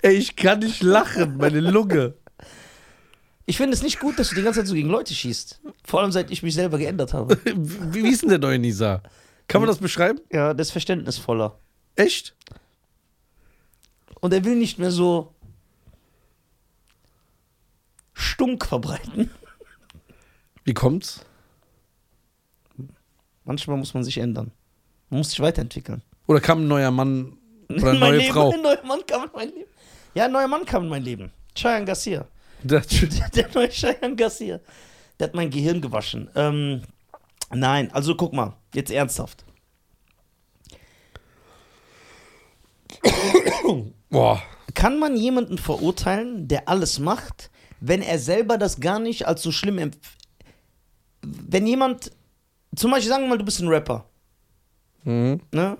Speaker 1: Ey, ich kann nicht lachen, meine Lunge.
Speaker 2: Ich finde es nicht gut, dass du die ganze Zeit so gegen Leute schießt. Vor allem, seit ich mich selber geändert habe.
Speaker 1: Wie, wie ist denn der neue Nisa? Kann man das beschreiben?
Speaker 2: Ja, das ist verständnisvoller.
Speaker 1: Echt?
Speaker 2: Und er will nicht mehr so Stunk verbreiten.
Speaker 1: Wie kommt's?
Speaker 2: Manchmal muss man sich ändern. Man muss sich weiterentwickeln.
Speaker 1: Oder kam ein neuer Mann oder eine
Speaker 2: mein
Speaker 1: neue
Speaker 2: Leben,
Speaker 1: Frau?
Speaker 2: Ein neuer Mann kam in mein Leben. Ja, ein neuer Mann kam in mein Leben. Cheyenne Garcia.
Speaker 1: Der-
Speaker 2: Der neue Cheyenne Garcia. Der hat mein Gehirn gewaschen. Ähm, nein, also guck mal, jetzt ernsthaft.
Speaker 1: Boah.
Speaker 2: Kann man jemanden verurteilen, der alles macht, wenn er selber das gar nicht als so schlimm empfindet? Wenn jemand, zum Beispiel sagen wir mal, du bist ein Rapper,
Speaker 1: Mhm.
Speaker 2: ne?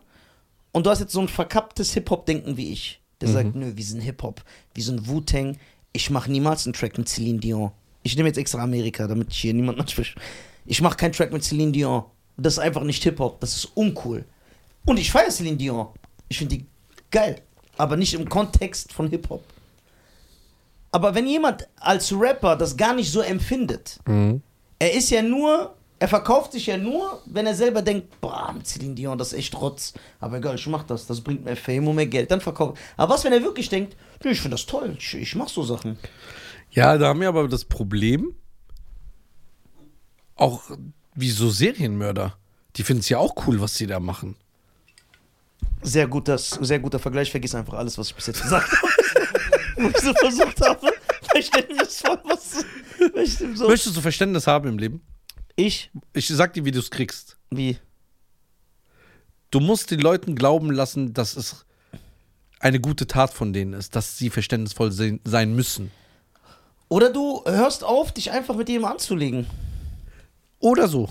Speaker 2: Und du hast jetzt so ein verkapptes Hip-Hop-Denken wie ich, der sagt, nö, wir sind Hip-Hop, wir sind Wu-Tang, ich mache niemals einen Track mit Celine Dion. Ich nehme jetzt extra Amerika, damit ich hier niemanden anspreche. Ich mache keinen Track mit Celine Dion. Das ist einfach nicht Hip-Hop, das ist uncool. Und ich feiere Celine Dion. Ich finde die geil, aber nicht im Kontext von Hip-Hop. Aber wenn jemand als Rapper das gar nicht so empfindet,
Speaker 1: Mhm.
Speaker 2: er ist ja nur, er verkauft sich ja nur, wenn er selber denkt, boah, mit Celine Dion, das ist echt Rotz. Aber egal, ich mach das, das bringt mehr Fame und mehr Geld, dann verkauft. Aber was, wenn er wirklich denkt, nö, ich finde das toll, ich, ich mach so Sachen.
Speaker 1: Ja, da haben wir aber das Problem, auch wie so Serienmörder, die finden es ja auch cool, was sie da machen.
Speaker 2: Sehr, gutes, sehr guter Vergleich, vergiss einfach alles, was ich bis jetzt gesagt habe. Wo ich so versucht habe, verständnisvoll was zu. So.
Speaker 1: Möchtest du Verständnis haben im Leben?
Speaker 2: Ich?
Speaker 1: Ich sag dir, wie du es kriegst.
Speaker 2: Wie?
Speaker 1: Du musst den Leuten glauben lassen, dass es eine gute Tat von denen ist, dass sie verständnisvoll se- sein müssen.
Speaker 2: Oder du hörst auf, dich einfach mit jedem anzulegen
Speaker 1: Oder so.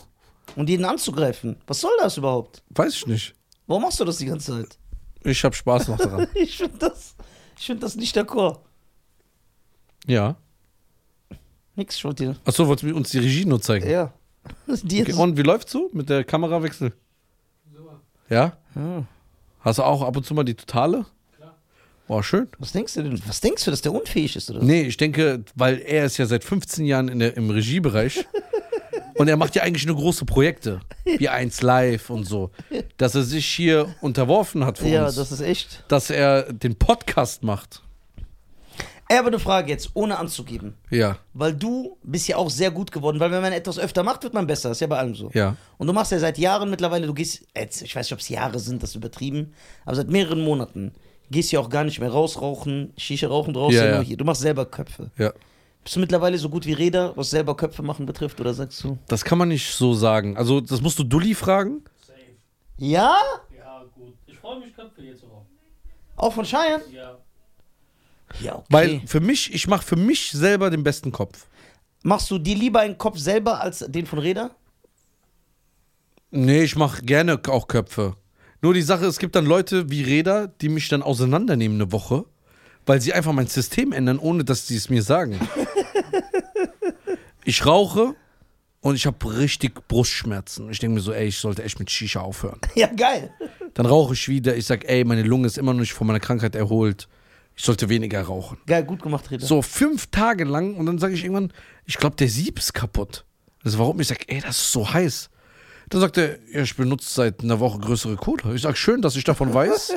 Speaker 2: und jeden anzugreifen. Was soll das überhaupt?
Speaker 1: Weiß ich nicht.
Speaker 2: Warum machst du das die ganze Zeit?
Speaker 1: Ich habe Spaß noch daran.
Speaker 2: Ich finde das, ich find das nicht d'accord.
Speaker 1: ja.
Speaker 2: Nix schon dir.
Speaker 1: Achso, wolltest du uns die Regie nur zeigen?
Speaker 2: Ja. Die
Speaker 1: Okay,
Speaker 2: jetzt.
Speaker 1: und wie läuft's so mit der Kamerawechsel? Ja?
Speaker 2: Ja.
Speaker 1: Hast du auch ab und zu mal die totale? War schön.
Speaker 2: Was denkst du denn? Was denkst du, dass der unfähig ist oder?
Speaker 1: Nee, ich denke, weil er ist ja seit 15 Jahren in der, im Regiebereich und er macht ja eigentlich nur große Projekte, wie 1 Live und so, dass er sich hier unterworfen hat für
Speaker 2: Ja,
Speaker 1: uns,
Speaker 2: das ist echt.
Speaker 1: dass er den Podcast macht.
Speaker 2: Ey, aber eine Frage jetzt, ohne anzugeben.
Speaker 1: Ja,
Speaker 2: Weil du bist ja auch sehr gut geworden, weil wenn man etwas öfter macht, wird man besser. Das ist ja bei allem so.
Speaker 1: ja.
Speaker 2: Und du machst ja seit Jahren mittlerweile, du gehst, jetzt, ich weiß nicht, ob es Jahre sind, das ist übertrieben, aber seit mehreren Monaten gehst ja auch gar nicht mehr raus rauchen, Shisha rauchen draußen,
Speaker 1: Ja, ja.
Speaker 2: nur hier. Du machst selber Köpfe.
Speaker 1: Ja.
Speaker 2: Bist du mittlerweile so gut wie Räder, was selber Köpfe machen betrifft, oder sagst du?
Speaker 1: Das kann man nicht so sagen. Also, das musst du Dulli fragen.
Speaker 3: Safe.
Speaker 2: Ja?
Speaker 3: Ja, gut. Ich freue mich, Köpfe hier zu haben.
Speaker 2: Auch von Cheyenne?
Speaker 3: Ja.
Speaker 2: Ja, okay.
Speaker 1: Weil für mich, ich mache für mich selber den besten Kopf.
Speaker 2: Machst du dir lieber einen Kopf selber als den von Reda?
Speaker 1: Nee, ich mache gerne auch Köpfe. Nur die Sache, es gibt dann Leute wie Räder, die mich dann auseinandernehmen eine Woche, weil sie einfach mein System ändern, ohne dass sie es mir sagen. ich rauche und ich habe richtig Brustschmerzen. Ich denke mir so, ey, ich sollte echt mit Shisha aufhören.
Speaker 2: Ja, geil.
Speaker 1: Dann rauche ich wieder, ich sag, ey, meine Lunge ist immer noch nicht von meiner Krankheit erholt. Ich sollte weniger rauchen.
Speaker 2: Geil, gut gemacht, Reda.
Speaker 1: So fünf Tage lang und dann sage ich irgendwann, ich glaube, der Sieb ist kaputt. Also warum? Ich sage, ey, das ist so heiß. Dann sagt er, ja, ich benutze seit einer Woche größere Cola. Ich sage, schön, dass ich davon weiß.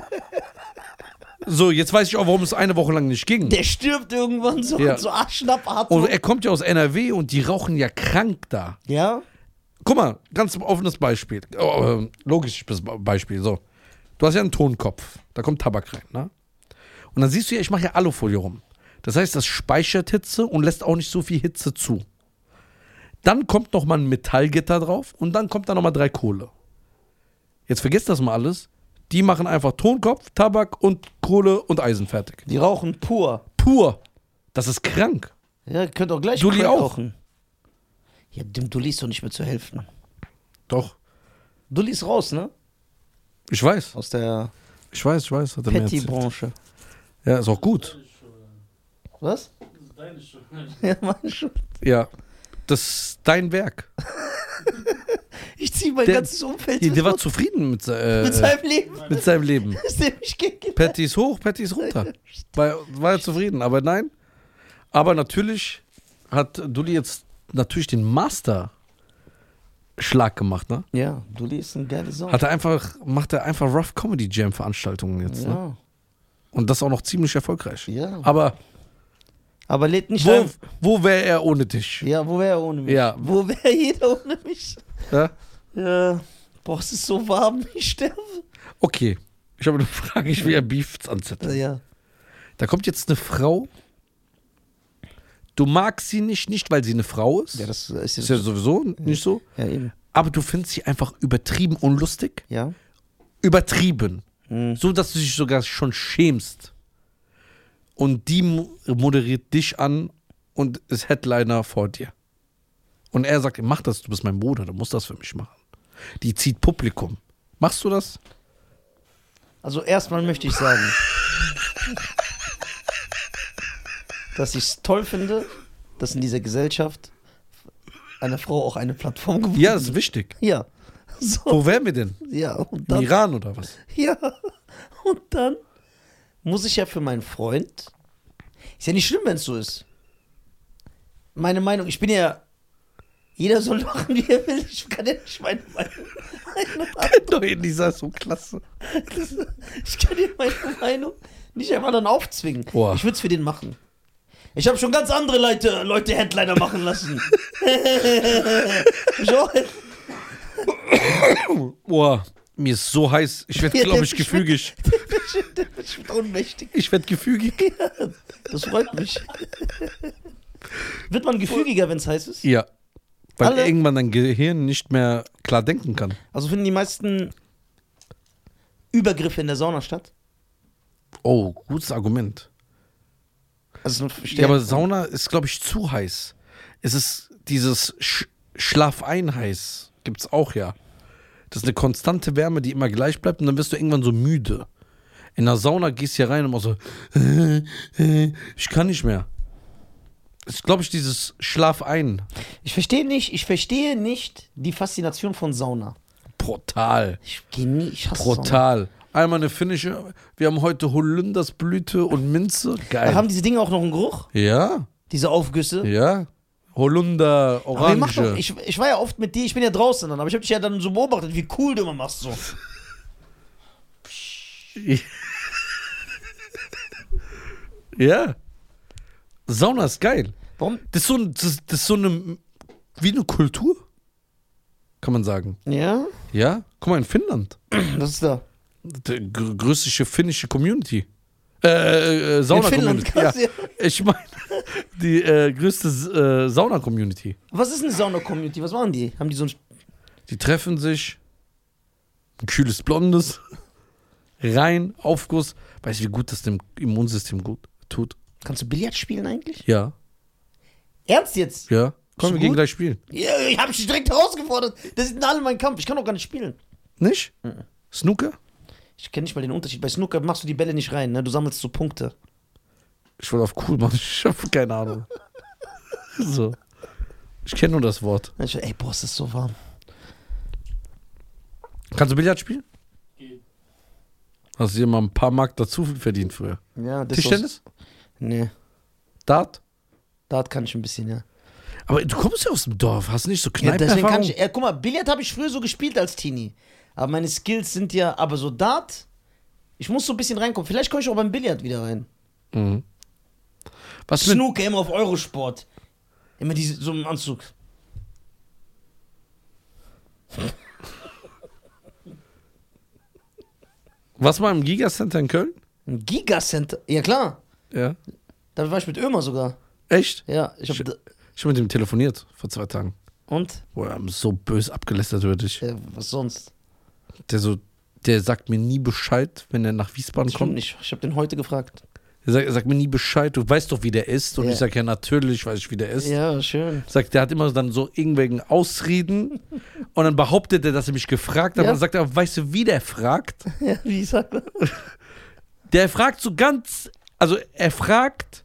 Speaker 1: so, jetzt weiß ich auch, warum es eine Woche lang nicht ging.
Speaker 2: Der stirbt irgendwann so,
Speaker 1: Ja.
Speaker 2: so arschnappart.
Speaker 1: Und er kommt ja aus NRW und die rauchen ja krank da.
Speaker 2: ja?
Speaker 1: Guck mal, ganz offenes Beispiel. Oh, ähm, logisches Be- Beispiel. So. Du hast ja einen Tonkopf. Da kommt Tabak rein, ne? Und dann siehst du ja, ich mache ja Alufolie rum. Das heißt, das speichert Hitze und lässt auch nicht so viel Hitze zu. Dann kommt nochmal ein Metallgitter drauf und dann kommt da nochmal drei Kohle. Jetzt vergiss das mal alles. Die machen einfach Tonkopf, Tabak und Kohle und Eisen fertig.
Speaker 2: Die rauchen pur.
Speaker 1: Pur. Das ist krank.
Speaker 2: Ja, ihr könnt auch gleich
Speaker 1: Dulli
Speaker 2: Crack
Speaker 1: auch.
Speaker 2: rauchen. Ja, dem Dulli ist doch nicht mehr zu helfen.
Speaker 1: Doch.
Speaker 2: Dulli ist raus, ne?
Speaker 1: Ich weiß.
Speaker 2: Aus der
Speaker 1: Ich weiß, ich weiß. Hat er mir erzählt.
Speaker 2: Petty-Branche.
Speaker 1: Ja, ist auch gut.
Speaker 3: Deine Schuld.
Speaker 2: Was?
Speaker 3: Das ist deine Schuld.
Speaker 2: Ja, meine Schuld.
Speaker 1: Ja. Das ist dein Werk.
Speaker 2: Ich Patty, mein
Speaker 1: Der-
Speaker 2: ganzes Umfeld
Speaker 1: Hier, der war
Speaker 2: mit,
Speaker 1: zufrieden mit, äh,
Speaker 2: mit seinem Leben.
Speaker 1: mit seinem Leben.
Speaker 2: Dass der mich kennengelernt
Speaker 1: Patty ist hoch, Patty ist runter. War, war er zufrieden, aber nein. Aber natürlich hat Dulli jetzt natürlich den Master-Schlag gemacht, ne?
Speaker 2: Ja, du liest ein geiles Song.
Speaker 1: Hat er einfach, macht er einfach Rough Comedy Jam Veranstaltungen jetzt, ne?
Speaker 2: ja,
Speaker 1: Und das auch noch ziemlich erfolgreich.
Speaker 2: ja.
Speaker 1: Aber
Speaker 2: Aber lädt nicht
Speaker 1: Ah. wo,
Speaker 2: ein.
Speaker 1: wo wäre er ohne dich?
Speaker 2: Ja, wo wäre er ohne mich?
Speaker 1: Ja.
Speaker 2: Wo wäre jeder ohne mich?
Speaker 1: Ja?
Speaker 2: Ja. Boah, es ist so warm, ich sterbe.
Speaker 1: Okay, ich habe eine Frage, ich will ja Beefs anzetteln.
Speaker 2: Ja.
Speaker 1: Da kommt jetzt eine Frau. Du magst sie nicht, nicht weil sie eine Frau ist.
Speaker 2: Ja, das ist
Speaker 1: ist
Speaker 2: jetzt.
Speaker 1: ja sowieso nicht so.
Speaker 2: Ja, eben.
Speaker 1: Aber du findest sie einfach übertrieben unlustig.
Speaker 2: Ja.
Speaker 1: Übertrieben.
Speaker 2: Mhm.
Speaker 1: So, dass du dich sogar schon schämst. Und die mo- moderiert dich an und ist Headliner vor dir. Und er sagt, mach das, du bist mein Bruder, du musst das für mich machen. Die zieht Publikum. Machst du das?
Speaker 2: Also erstmal möchte ich sagen, dass ich es toll finde, dass in dieser Gesellschaft einer Frau auch eine Plattform geworden
Speaker 1: Ja, das ist wichtig.
Speaker 2: Ja. So,
Speaker 1: Wo wären wir denn?
Speaker 2: ja. Und
Speaker 1: Im
Speaker 2: dann,
Speaker 1: Iran oder was?
Speaker 2: ja. Und dann muss ich ja für meinen Freund. Ist ja nicht schlimm, wenn es so ist. Meine Meinung, ich bin ja. Jeder soll machen, wie er will. Ich kann ja nicht meine Meinung.
Speaker 1: Neue Lisa ist so klasse.
Speaker 2: Das, ich kann dir meine Meinung nicht einfach dann aufzwingen.
Speaker 1: Boah.
Speaker 2: Ich würde es für den machen. Ich habe schon ganz andere Leute, Leute Headliner machen lassen. ich auch,
Speaker 1: Boah, mir ist so heiß. Ich werde,
Speaker 2: Ja,
Speaker 1: glaube ich,
Speaker 2: ich-
Speaker 1: gefügig.
Speaker 2: ich bin ohnmächtig.
Speaker 1: Ich werde gefügig.
Speaker 2: Das freut mich. Wird man gefügiger, wenn es heiß ist?
Speaker 1: Ja. Weil
Speaker 2: Alle-
Speaker 1: irgendwann dein Gehirn nicht mehr klar denken kann.
Speaker 2: Also finden die meisten Übergriffe in der Sauna statt?
Speaker 1: Oh, gutes Argument.
Speaker 2: Also, ich
Speaker 1: Ja, aber Sauna ist, glaube ich, zu heiß. Es ist dieses Sch Schlafeinheiß. Gibt es auch, ja. Das ist eine konstante Wärme, die immer gleich bleibt und dann wirst du irgendwann so müde. In der Sauna gehst du hier rein und machst so, äh, äh, ich kann nicht mehr. Es ist, glaube ich, dieses Schlafein.
Speaker 2: ich verstehe nicht, ich verstehe nicht die Faszination von Sauna.
Speaker 1: Brutal.
Speaker 2: Ich geh nie, ich hasse Sauna.
Speaker 1: Brutal. Einmal eine finnische. Wir haben heute Holundersblüte und Minze. Geil.
Speaker 2: Da haben diese Dinge auch noch einen Geruch?
Speaker 1: ja,
Speaker 2: Diese Aufgüsse?
Speaker 1: ja. Holunder,
Speaker 2: Aber wir machen
Speaker 1: Orange.
Speaker 2: doch, ich, ich war ja oft mit dir, ich bin ja draußen dann, aber ich habe dich ja dann so beobachtet, wie cool du immer machst so.
Speaker 1: ja. Sauna ist geil.
Speaker 2: Warum?
Speaker 1: Das ist so, ein- das, das ist so eine. Wie eine Kultur. Kann man sagen.
Speaker 2: Ja?
Speaker 1: Ja. Guck mal, in Finnland.
Speaker 2: Das ist da.
Speaker 1: Die gr- größte finnische Community. Äh, Äh, äh, Sauna-Community. Ja.
Speaker 2: kannst du ja-
Speaker 1: Ich meine, die äh, größte äh, Sauna-Community.
Speaker 2: Was ist eine Sauna-Community? Was machen die? Haben die so ein.
Speaker 1: Die treffen sich. Ein kühles Blondes. Rein, Aufguss. Weißt du, wie gut das dem Immunsystem gut tut?
Speaker 2: Kannst du Billard spielen eigentlich?
Speaker 1: Ja.
Speaker 2: Ernst jetzt?
Speaker 1: Ja. Komm, wir
Speaker 2: Ist gut?
Speaker 1: gehen gleich spielen.
Speaker 2: Ja, ich habe dich direkt herausgefordert. Das ist in allem mein Kampf. Ich kann doch gar nicht spielen.
Speaker 1: Nicht?
Speaker 2: Mhm.
Speaker 1: Snooker?
Speaker 2: Ich kenne nicht mal den Unterschied. Bei Snooker machst du die Bälle nicht rein, ne? Du sammelst so Punkte.
Speaker 1: Ich wollte auf cool machen. Ich habe keine Ahnung. so. Ich kenne nur das Wort.
Speaker 2: Ich, ey, boah, es ist so warm.
Speaker 1: Kannst du Billard spielen?
Speaker 3: Geht.
Speaker 1: Hast du dir mal ein paar Mark dazu verdient früher?
Speaker 2: Ja, das
Speaker 1: Tischtennis?
Speaker 2: Aus, nee.
Speaker 1: Dart?
Speaker 2: Dart kann ich ein bisschen, ja.
Speaker 1: Aber du kommst ja aus dem Dorf, hast nicht so
Speaker 2: Ja, deswegen kann
Speaker 1: Kneipenerfahrung?
Speaker 2: ich, ja, guck mal, Billard habe ich früher so gespielt als Teenie. Aber meine Skills sind ja, aber so Dart, ich muss so ein bisschen reinkommen. Vielleicht komme ich auch beim Billard wieder rein.
Speaker 1: mhm. Was mit
Speaker 2: Snooker immer auf Eurosport. Immer diese, so im Anzug.
Speaker 1: Was mal im Gigacenter in Köln?
Speaker 2: Ein Gigacenter. Ja, klar.
Speaker 1: Ja.
Speaker 2: Da war ich mit Ömer sogar.
Speaker 1: Echt?
Speaker 2: Ja, ich
Speaker 1: Sch-
Speaker 2: habe.
Speaker 1: Ich habe mit ihm telefoniert vor zwei Tagen.
Speaker 2: Und?
Speaker 1: Boah, wir haben so böse abgelästert über dich.
Speaker 2: Ja, was sonst?
Speaker 1: Der so, der sagt mir nie Bescheid, wenn er nach Wiesbaden
Speaker 2: Das stimmt
Speaker 1: kommt.
Speaker 2: nicht. Ich habe den heute gefragt.
Speaker 1: Er sagt, er sagt mir nie Bescheid, du weißt doch, wie der ist. Und
Speaker 2: Ja.
Speaker 1: ich sage, ja, natürlich weiß ich, wie der ist.
Speaker 2: Ja, schön.
Speaker 1: Sagt, der hat immer dann so irgendwelchen Ausreden. und dann behauptet er, dass er mich gefragt hat.
Speaker 2: Ja.
Speaker 1: Und dann sagt er, weißt du, wie der fragt?
Speaker 2: Ja, wie sagt man?
Speaker 1: Der fragt so ganz, also er fragt,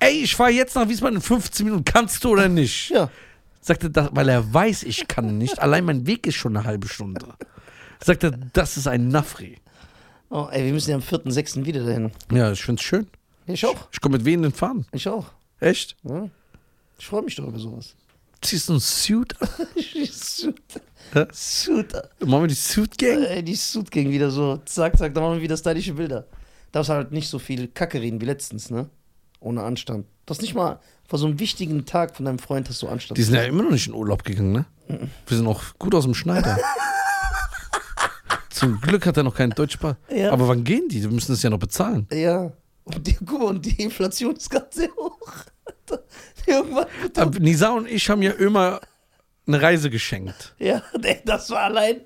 Speaker 1: ey, ich fahre jetzt nach Wiesbaden in 15 Minuten, kannst du oder nicht?
Speaker 2: Ja.
Speaker 1: Sagte, das, weil er weiß, ich kann nicht. Allein mein Weg ist schon eine halbe Stunde. Sagte, das ist ein Nafri.
Speaker 2: Oh, ey, wir müssen ja am 4.6. wieder dahin.
Speaker 1: Ja, ich find's schön.
Speaker 2: Ich auch.
Speaker 1: Ich komme mit wehenden Fahnen.
Speaker 2: Ich auch.
Speaker 1: Echt?
Speaker 2: Ja. Ich freue mich doch über sowas.
Speaker 1: Ziehst du einen Suit an?
Speaker 2: Suit.
Speaker 1: Hä?
Speaker 2: Suit.
Speaker 1: Machen wir die Suit Gang?
Speaker 2: Ey, die Suit ging wieder so. Zack, zack, da machen wir wieder stylische Bilder. Darfst halt nicht so viel Kacke reden wie letztens, ne? Ohne Anstand. Das nicht mal vor so einem wichtigen Tag von deinem Freund hast du Anstand.
Speaker 1: Die sind ja immer noch nicht in Urlaub gegangen, ne? Wir sind auch gut aus dem Schneider. Zum Glück hat er noch keinen Deutschpass.
Speaker 2: Ja.
Speaker 1: Aber wann gehen die? Die müssen das ja noch bezahlen.
Speaker 2: ja. Und die, guck mal, und die Inflation ist gerade sehr hoch. Alter. Irgendwann wird
Speaker 1: Aber Ähm, Nisa und ich haben ja immer eine Reise geschenkt.
Speaker 2: Ja, ey, das war allein,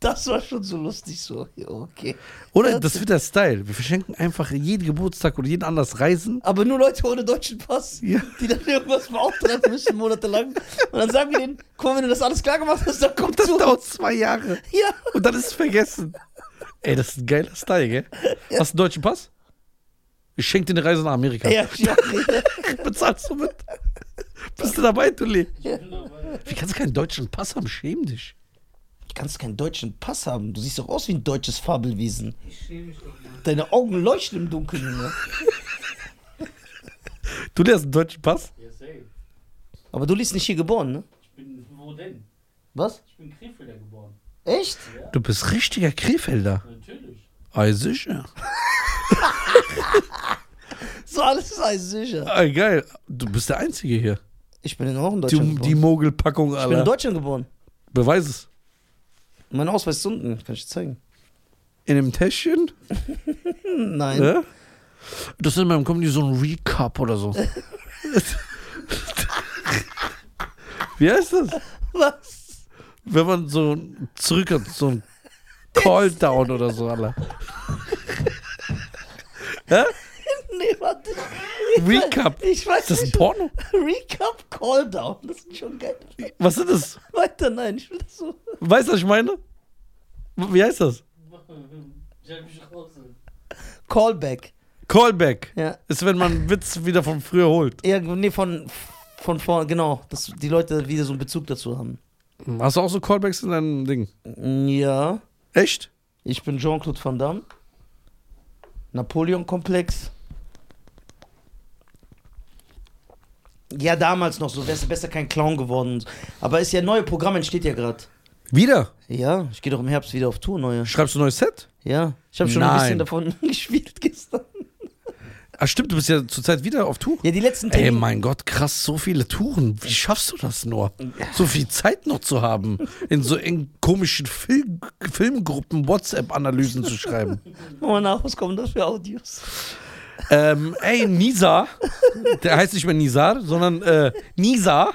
Speaker 2: das war schon so lustig so. Ja, Okay.
Speaker 1: Oder das wird der Style. Wir verschenken einfach jeden Geburtstag oder jeden anders Reisen.
Speaker 2: Aber nur Leute ohne deutschen Pass,
Speaker 1: Ja.
Speaker 2: die dann irgendwas beauftragen müssen, monatelang. Und dann sagen wir denen, komm, wenn du das alles klar gemacht hast, dann kommt
Speaker 1: Das
Speaker 2: zu.
Speaker 1: dauert zwei Jahre.
Speaker 2: Ja.
Speaker 1: Und dann ist es vergessen. Ey, das ist ein geiler Style, gell? Hast du einen deutschen Pass? Ich schenke dir eine Reise nach Amerika.
Speaker 2: Ja, ja,
Speaker 1: Bezahlst du mit? Bist du dabei, Tulli?
Speaker 2: ja.
Speaker 1: Wie kannst du keinen deutschen Pass haben? Schäm dich.
Speaker 2: Du kannst keinen deutschen Pass haben. Du siehst doch aus wie ein deutsches Fabelwesen.
Speaker 3: Ich schäme mich doch mal.
Speaker 2: Deine Augen leuchten im Dunkeln. Junge.
Speaker 1: Tulli hast einen deutschen Pass?
Speaker 3: Ja, safe.
Speaker 2: Aber du bist nicht hier geboren, ne?
Speaker 3: Ich bin, wo denn?
Speaker 2: Was?
Speaker 3: Ich bin Krefelder geboren.
Speaker 2: Echt?
Speaker 1: Du bist richtiger Krefelder.
Speaker 3: Natürlich.
Speaker 1: Ei, sicher.
Speaker 2: So alles ist alles sicher.
Speaker 1: Ei, geil. Du bist der Einzige hier.
Speaker 2: Ich bin auch in Deutschland
Speaker 1: Die, die
Speaker 2: geboren.
Speaker 1: Mogelpackung,
Speaker 2: Ich bin in
Speaker 1: Alter.
Speaker 2: Deutschland geboren.
Speaker 1: Beweis es.
Speaker 2: Mein Ausweis ist unten. Kann ich dir zeigen?
Speaker 1: In dem Täschchen?
Speaker 2: Nein.
Speaker 1: Ja? Ne? Das ist in meinem Comedy so ein Recap oder so. Wie heißt das?
Speaker 2: Was?
Speaker 1: Wenn man so zurück hat, so ein Call-Down oder so, Alter. Hä?
Speaker 2: Nee, warte.
Speaker 1: Recap.
Speaker 2: Ich weiß
Speaker 1: Ist das ein
Speaker 2: nicht.
Speaker 1: Porno?
Speaker 2: Recap Calldown. Das sind schon geil.
Speaker 1: Was ist das?
Speaker 2: Weiter, nein, ich will das so.
Speaker 1: Weißt du, was ich meine? Wie heißt das?
Speaker 3: Ich halte mich raus.
Speaker 2: Callback.
Speaker 1: Callback.
Speaker 2: Ja.
Speaker 1: Ist, wenn man einen Witz wieder von früher holt.
Speaker 2: Ja, nee, von, von vorne, genau. Dass die Leute wieder so einen Bezug dazu haben.
Speaker 1: Hast du auch so Callbacks in deinem Ding?
Speaker 2: Ja.
Speaker 1: Echt?
Speaker 2: Ich bin Jean-Claude Van Damme. Napoleon-Komplex. Ja, damals noch so. Wärst du besser kein Clown geworden. Aber ist ja ein neues Programm, entsteht ja gerade.
Speaker 1: Wieder?
Speaker 2: Ja, ich gehe doch im Herbst wieder auf Tour, neue.
Speaker 1: Schreibst du ein neues Set?
Speaker 2: Ja, ich habe schon ein
Speaker 1: Nein.
Speaker 2: bisschen davon gespielt gestern.
Speaker 1: Ah, stimmt, du bist ja zurzeit wieder auf Tour.
Speaker 2: Ja, die letzten
Speaker 1: Ey,
Speaker 2: Termine.
Speaker 1: mein Gott, krass, so viele Touren. Wie schaffst du das nur? So viel Zeit noch zu haben, in so engen komischen Fil Filmgruppen WhatsApp-Analysen zu schreiben.
Speaker 2: Mach mal nach, was kommen das für Audios?
Speaker 1: ähm, ey, Nisa, der heißt nicht mehr Nisa, sondern äh, Nisa.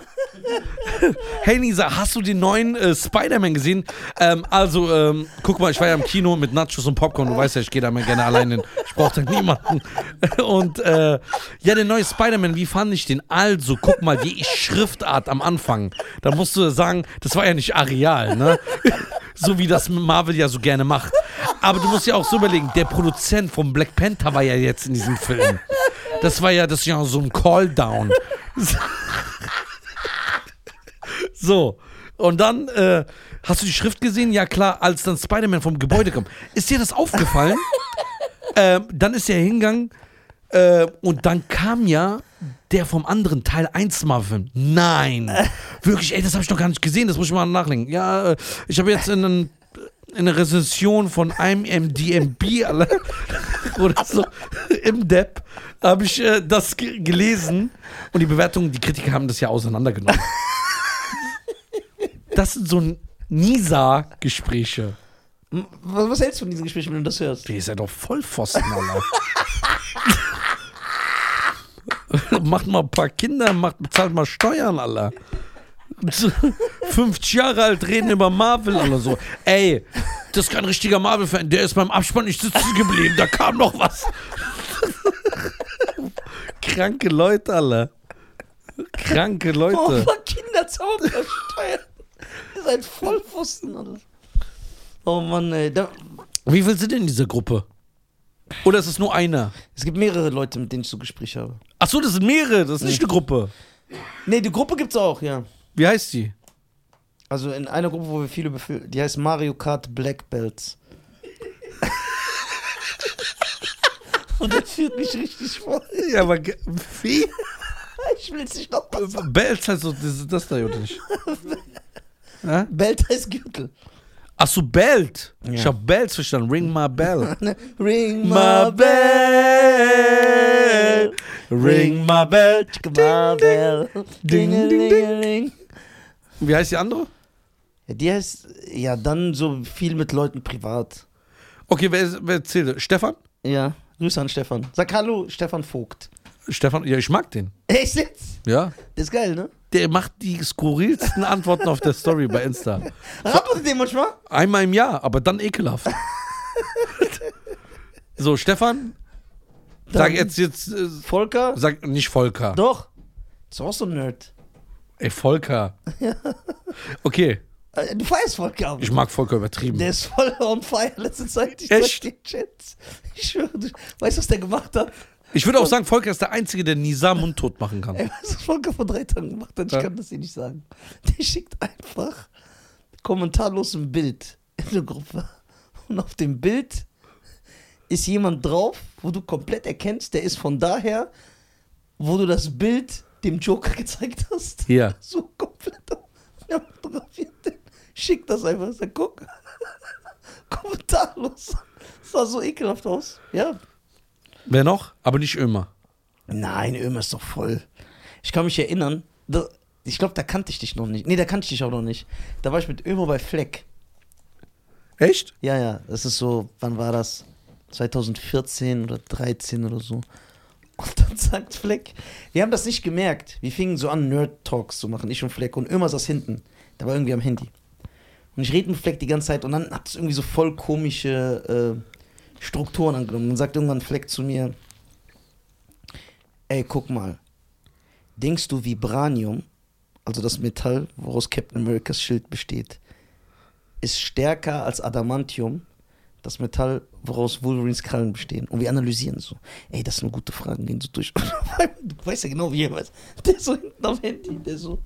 Speaker 1: Hey Nisa, hast du den neuen äh, Spider-Man gesehen? Ähm, also, ähm, guck mal, ich war ja im Kino mit Nachos und Popcorn. Du weißt ja, ich gehe da immer gerne allein hin. Ich brauche da niemanden. Und äh, ja, der neue Spider-Man, wie fand ich den? Also, guck mal, die Schriftart am Anfang. Da musst du sagen, das war ja nicht Areal, ne? So wie das Marvel ja so gerne macht. Aber du musst ja auch so überlegen, der Produzent von Black Panther war ja jetzt in diesem Film. Das war ja, das ist ja so ein Call-Down. So. Und dann, äh, hast du die Schrift gesehen? Ja, klar, als dann Spider-Man vom Gebäude kommt. Ist dir das aufgefallen? ähm, dann ist er hingegangen äh, und dann kam ja der vom anderen Teil 1 Marvin. Nein. Wirklich, ey, das habe ich noch gar nicht gesehen. Das muss ich mal nachlegen. Ja, äh, ich habe jetzt in einen in eine Rezession von einem MDMB alle, oder so im Depp habe ich äh, das ge gelesen und die Bewertungen, die Kritiker haben das ja auseinandergenommen. Das sind so Nisa-Gespräche.
Speaker 2: M- Was was hältst du von diesem Gespräch, wenn du das hörst?
Speaker 1: Der ist ja doch Vollpfosten, Alter. macht mal ein paar Kinder, macht, bezahlt mal Steuern, Alter. 50 Jahre alt reden über Marvel oder so. Ey, das ist kein richtiger Marvel-Fan. Der ist beim Abspann nicht sitzen geblieben. Da kam noch was. Kranke Leute, Alter. Kranke
Speaker 2: Warum
Speaker 1: Leute.
Speaker 2: war Oh, Kinderzauber steuern? Ihr seid Vollpfosten, oder? Oh Mann, ey. Da,
Speaker 1: Wie viel sind denn in dieser Gruppe? Oder ist es nur einer?
Speaker 2: es gibt mehrere Leute, mit denen ich so Gespräche habe.
Speaker 1: Ach so, das sind mehrere. Das ist nicht eine Gruppe.
Speaker 2: Nee, die Gruppe gibt's auch, ja.
Speaker 1: Wie heißt die?
Speaker 2: Also in einer Gruppe, wo wir viele befinden, die heißt Mario Kart Black Belts. Und das führt mich richtig voll.
Speaker 1: Ja, aber ge- wie?
Speaker 2: Ich will es nicht noch mal sagen.
Speaker 1: Belz heißt so, das, das da oder nicht? Hä?
Speaker 2: Belt heißt Gürtel.
Speaker 1: Ach so, Belt. Ich
Speaker 2: Ja.
Speaker 1: hab Belz verstanden. Ring my bell.
Speaker 2: Ne? Ring
Speaker 1: my bell. Ring my bell.
Speaker 2: my bell.
Speaker 1: Ding, ding, ding.
Speaker 2: Dingelingeling.
Speaker 1: Wie heißt die andere?
Speaker 2: Ja, die heißt, ja, dann so viel mit Leuten privat.
Speaker 1: Okay, wer, wer zählt? Stefan?
Speaker 2: Ja, Grüße an Stefan. Sag Hallo, Stefan Vogt.
Speaker 1: Stefan, ja, ich mag den.
Speaker 2: Echt jetzt?
Speaker 1: Ja.
Speaker 2: Das ist geil, ne?
Speaker 1: Der macht die skurrilsten Antworten auf der Story bei Insta.
Speaker 2: Rappelt den manchmal?
Speaker 1: Einmal im Jahr, aber dann ekelhaft. so, Stefan, sag
Speaker 2: Dann-
Speaker 1: jetzt, jetzt äh,
Speaker 2: Volker?
Speaker 1: sag nicht Volker.
Speaker 2: Doch. Ist auch so ein Nerd.
Speaker 1: Ey, Volker. Okay,
Speaker 2: Äh, Du feierst Volker aber.
Speaker 1: ich mag Volker übertrieben.
Speaker 2: Der ist voll on fire letzte Zeit. Ich
Speaker 1: Echt?
Speaker 2: sag dir, Chats. Ich schwöre, du weißt, was der gemacht hat?
Speaker 1: Ich würde auch sagen, Volker ist der Einzige, der Nisa mundtot machen kann.
Speaker 2: Ey, was hat Volker vor drei Tagen gemacht hat? Ich
Speaker 1: Ja.
Speaker 2: kann das dir nicht sagen. Der schickt einfach kommentarlos ein Bild in eine Gruppe. Und auf dem Bild ist jemand drauf, wo du komplett erkennst, der ist von daher, wo du das Bild dem Joker gezeigt hast.
Speaker 1: Hier.
Speaker 2: So komplett. Ja, fotografiert den. Schick das einfach. Sag, guck. Kommentarlos. Sah so ekelhaft aus. Ja.
Speaker 1: Wer noch? Aber nicht Ömer.
Speaker 2: Nein, Ömer ist doch voll. Ich kann mich erinnern, da, ich glaube, da kannte ich dich noch nicht. Nee, da kannte ich dich auch noch nicht. Da war ich mit Ömer bei Fleck.
Speaker 1: Echt?
Speaker 2: Ja, ja, das ist so, wann war das? 2014 oder 13 oder so. Und dann sagt Fleck, wir haben das nicht gemerkt. Wir fingen so an, Nerd-Talks zu machen, ich und Fleck. Und Ömer saß hinten. Der war irgendwie am Handy. Und ich rede mit Fleck die ganze Zeit und dann hat es irgendwie so voll komische äh, Strukturen angenommen. Dann sagt irgendwann Fleck zu mir, ey, guck mal, denkst du Vibranium, also das Metall, woraus Captain Americas Schild besteht, ist stärker als Adamantium, das Metall, woraus Wolverines Krallen bestehen. Und wir analysieren so. Ey, das sind gute Fragen, gehen so durch. du weißt ja genau, wie er weiß. Der so hinten am Handy, der so.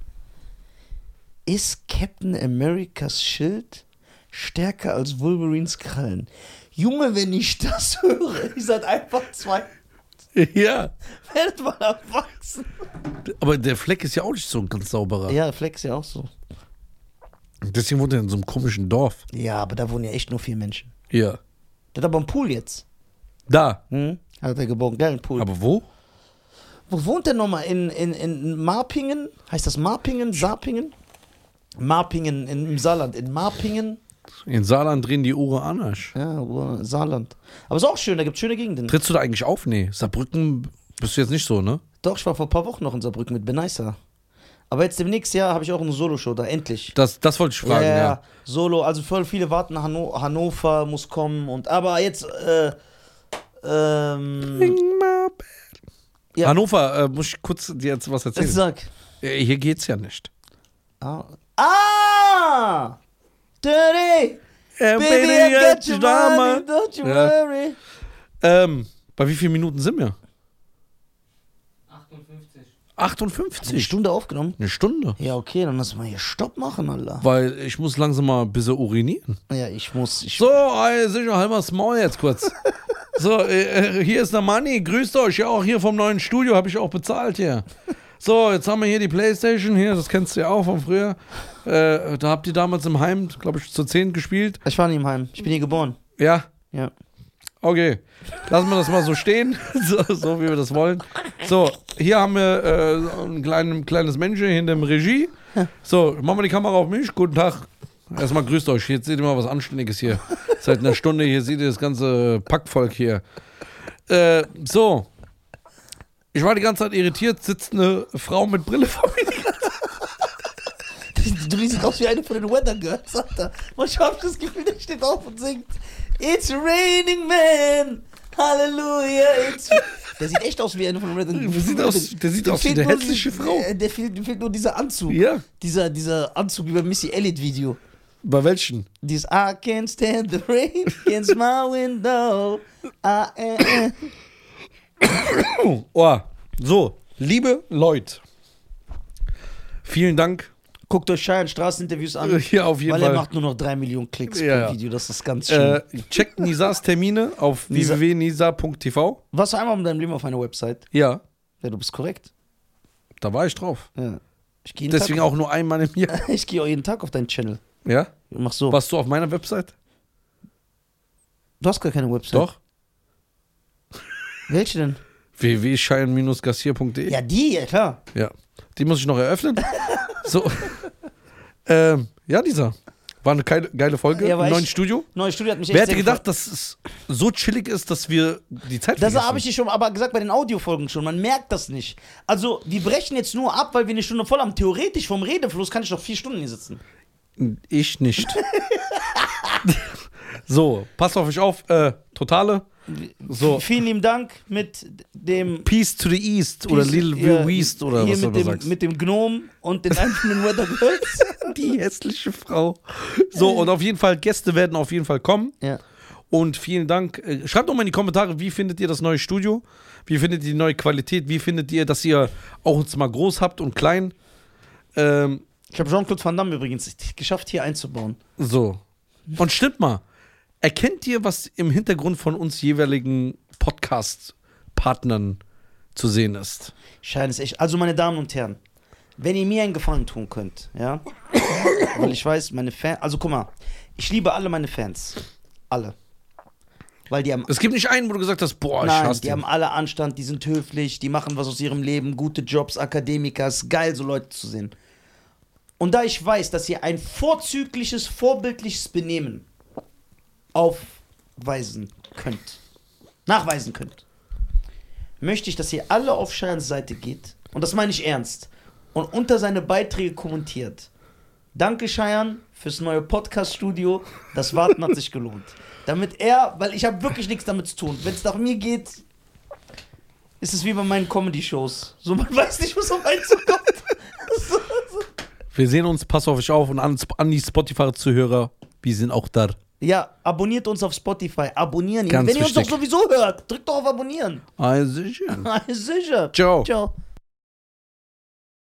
Speaker 2: Ist Captain Americas Schild stärker als Wolverines Krallen? Junge, wenn ich das höre, ihr seid einfach zwei.
Speaker 1: Ja.
Speaker 2: Werdet mal erwachsen.
Speaker 1: Aber der Fleck ist ja auch nicht so ein ganz sauberer.
Speaker 2: Ja, Flex ja auch so.
Speaker 1: Deswegen wohnt er in so einem komischen Dorf.
Speaker 2: Ja, aber da wohnen ja echt nur vier Menschen.
Speaker 1: Ja.
Speaker 2: Der hat aber einen Pool jetzt.
Speaker 1: Da.
Speaker 2: Hm? Hat er gebaut, einen geilen Pool.
Speaker 1: Aber wo?
Speaker 2: Wo wohnt der nochmal? In, in, in Marpingen? Heißt das Marpingen? Sarpingen? Marpingen in, im Saarland. In Marpingen?
Speaker 1: In Saarland drehen die Uhren Anasch.
Speaker 2: Ja, Ur- Saarland. Aber ist auch schön, da gibt es schöne Gegenden.
Speaker 1: Trittst du da eigentlich auf? Nee. Saarbrücken bist du jetzt nicht so, ne?
Speaker 2: Doch, ich war vor ein paar Wochen noch in Saarbrücken mit Benaisa. Aber jetzt demnächst, ja, habe ich auch eine Solo-Show da, endlich.
Speaker 1: Das, das wollte ich fragen, ja.
Speaker 2: Solo, also voll viele warten, Hanno Hannover muss kommen und aber jetzt, äh, ähm, Ja.
Speaker 1: Hannover, äh, muss ich kurz dir jetzt was erzählen?
Speaker 2: sag.
Speaker 1: Äh, Hier geht's ja nicht.
Speaker 2: Ah! ah! Dirty! Ähm, Baby, I got your money, don't you
Speaker 1: Ja.
Speaker 2: worry.
Speaker 1: Ähm, bei wie vielen Minuten sind wir?
Speaker 3: 58.
Speaker 1: 58.
Speaker 2: Eine Stunde aufgenommen?
Speaker 1: Eine Stunde.
Speaker 2: Ja, okay, dann lass mal hier Stopp machen, Alter.
Speaker 1: Weil ich muss langsam mal ein bisschen urinieren.
Speaker 2: Ja, ich muss. Ich,
Speaker 1: So, ey, sicher halber Maul jetzt kurz. So, äh, äh, hier ist der Money. Grüßt euch. Ja, auch hier vom neuen Studio habe ich auch bezahlt hier. So, jetzt haben wir hier die Playstation. Hier, das kennst du ja auch von früher. Äh, da habt ihr damals im Heim, glaube ich, zu 10 gespielt.
Speaker 2: ich war nie im Heim. Ich bin hier geboren.
Speaker 1: Ja,
Speaker 2: Ja.
Speaker 1: Okay, lassen wir das mal so stehen, so, so wie wir das wollen. So, hier haben wir äh, so ein klein, kleines Menschen hinter dem Regie. So, machen wir die Kamera auf mich. Guten Tag. Erstmal grüßt euch. Jetzt seht ihr mal was Anständiges hier. Seit einer Stunde hier seht ihr das ganze Packvolk hier. Äh, so. Ich war die ganze Zeit irritiert, sitzt eine Frau mit Brille vor mir.
Speaker 2: Du siehst aus wie eine von den Weather Girls, Alter. Manchmal hab ich das Gefühl, der steht auf und singt. It's raining man. Halleluja. It's... Der sieht echt aus wie eine von den Weather
Speaker 1: Der sieht aus- der sieht
Speaker 2: Dem
Speaker 1: aus wie
Speaker 2: fehlt
Speaker 1: eine
Speaker 2: nur
Speaker 1: hässliche
Speaker 2: die-
Speaker 1: Frau.
Speaker 2: äh, Der fehlt, dem fehlt nur dieser Anzug.
Speaker 1: Ja.
Speaker 2: Dieser, dieser Anzug über Missy Elliott Video.
Speaker 1: Bei welchen?
Speaker 2: Dieses I can't stand the rain against my window. I eh, am...
Speaker 1: Oh, so, liebe Leute, vielen Dank Äh,
Speaker 2: Guckt euch Schein Straßeninterviews an,
Speaker 1: Hier auf jeden
Speaker 2: weil
Speaker 1: Fall.
Speaker 2: er macht nur noch 3 Millionen Klicks
Speaker 1: Ja, ja.
Speaker 2: pro Video. Das ist ganz schön.
Speaker 1: äh, checkt Nisas Termine auf
Speaker 2: Nisa-
Speaker 1: www.nisa.tv.
Speaker 2: Warst du einmal in deinem Leben auf einer Website?
Speaker 1: Ja,
Speaker 2: Ja, du bist korrekt.
Speaker 1: da war ich drauf.
Speaker 2: Ja. Ich gehe jeden,
Speaker 1: Deswegen auch nur einmal im Jahr.
Speaker 2: Tag- ich geh auch jeden Tag auf deinen Channel.
Speaker 1: Ja?
Speaker 2: Ich mach so.
Speaker 1: Warst du auf meiner Website?
Speaker 2: Du hast gar keine Website.
Speaker 1: Doch.
Speaker 2: Welche denn?
Speaker 1: www.schein-gassier.de.
Speaker 2: Ja, die, ja klar.
Speaker 1: Ja. Die muss ich noch eröffnen. so. ähm, ja, Lisa. War eine geile, geile Folge
Speaker 2: Ja,
Speaker 1: im
Speaker 2: war
Speaker 1: neuen
Speaker 2: echt-
Speaker 1: Studio.
Speaker 2: Neue Studie hat mich echt
Speaker 1: Wer hätte
Speaker 2: sehr
Speaker 1: gedacht, dass es so chillig ist, dass wir die Zeit
Speaker 2: Das
Speaker 1: vergessen?
Speaker 2: habe ich dir schon aber gesagt bei den Audiofolgen schon. Man merkt das nicht. Also, wir brechen jetzt nur ab, weil wir eine Stunde voll haben. Theoretisch vom Redefluss kann ich noch vier Stunden hier sitzen.
Speaker 1: Ich nicht. so, passt auf euch auf. Äh, totale. So,
Speaker 2: Vielen lieben Dank mit dem.
Speaker 1: Peace to the East oder Little
Speaker 2: ja,
Speaker 1: View East oder
Speaker 2: hier
Speaker 1: was du
Speaker 2: mit
Speaker 1: immer
Speaker 2: dem,
Speaker 1: sagst.
Speaker 2: Mit dem Gnom und den einzelnen Weather Girls.
Speaker 1: die hässliche Frau. So, und auf jeden Fall, Gäste werden auf jeden Fall kommen.
Speaker 2: Ja.
Speaker 1: Und vielen Dank. Äh, Schreibt doch mal in die Kommentare, wie findet ihr das neue Studio? Wie findet ihr die neue Qualität? Wie findet ihr, dass ihr auch uns mal groß habt und klein? Ähm,
Speaker 2: Ich habe Jean-Claude Van Damme übrigens geschafft, hier einzubauen.
Speaker 1: so. Und stimmt mal. Erkennt ihr, was im Hintergrund von uns jeweiligen Podcast-Partnern zu sehen ist?
Speaker 2: Schein ist echt. Also, meine Damen und Herren, wenn ihr mir einen Gefallen tun könnt, ja. Weil ich weiß, meine Fans. Also, guck mal, ich liebe alle meine Fans. Alle. Weil die haben
Speaker 1: Es gibt nicht einen, wo du gesagt hast, boah, ich
Speaker 2: Nein,
Speaker 1: hasse
Speaker 2: die
Speaker 1: den.
Speaker 2: haben alle Anstand, die sind höflich, die machen was aus ihrem Leben, gute Jobs, Akademiker, ist geil, so Leute zu sehen. Und da ich weiß, dass ihr ein vorzügliches, vorbildliches Benehmen aufweisen könnt, nachweisen könnt, möchte ich, dass ihr alle auf Scheins Seite geht, und das meine ich ernst, und unter seine Beiträge kommentiert. Danke, Scheiern, fürs neue Podcast-Studio. Das Warten hat sich gelohnt. Damit er, weil ich habe wirklich nichts damit zu tun. Wenn es nach mir geht, ist es wie bei meinen Comedy-Shows. So, man weiß nicht, was auf einen zukommt. So, so.
Speaker 1: Wir sehen uns, pass auf euch auf und an, an die Spotify-Zuhörer, wir sind auch da.
Speaker 2: ja, abonniert uns auf Spotify. Abonnieren.
Speaker 1: Ganz
Speaker 2: Wenn ihr uns
Speaker 1: wichtig.
Speaker 2: doch sowieso hört, drückt doch auf Abonnieren.
Speaker 1: Also, schön.
Speaker 2: Ah, Sicher.
Speaker 1: Ciao.
Speaker 2: Ciao.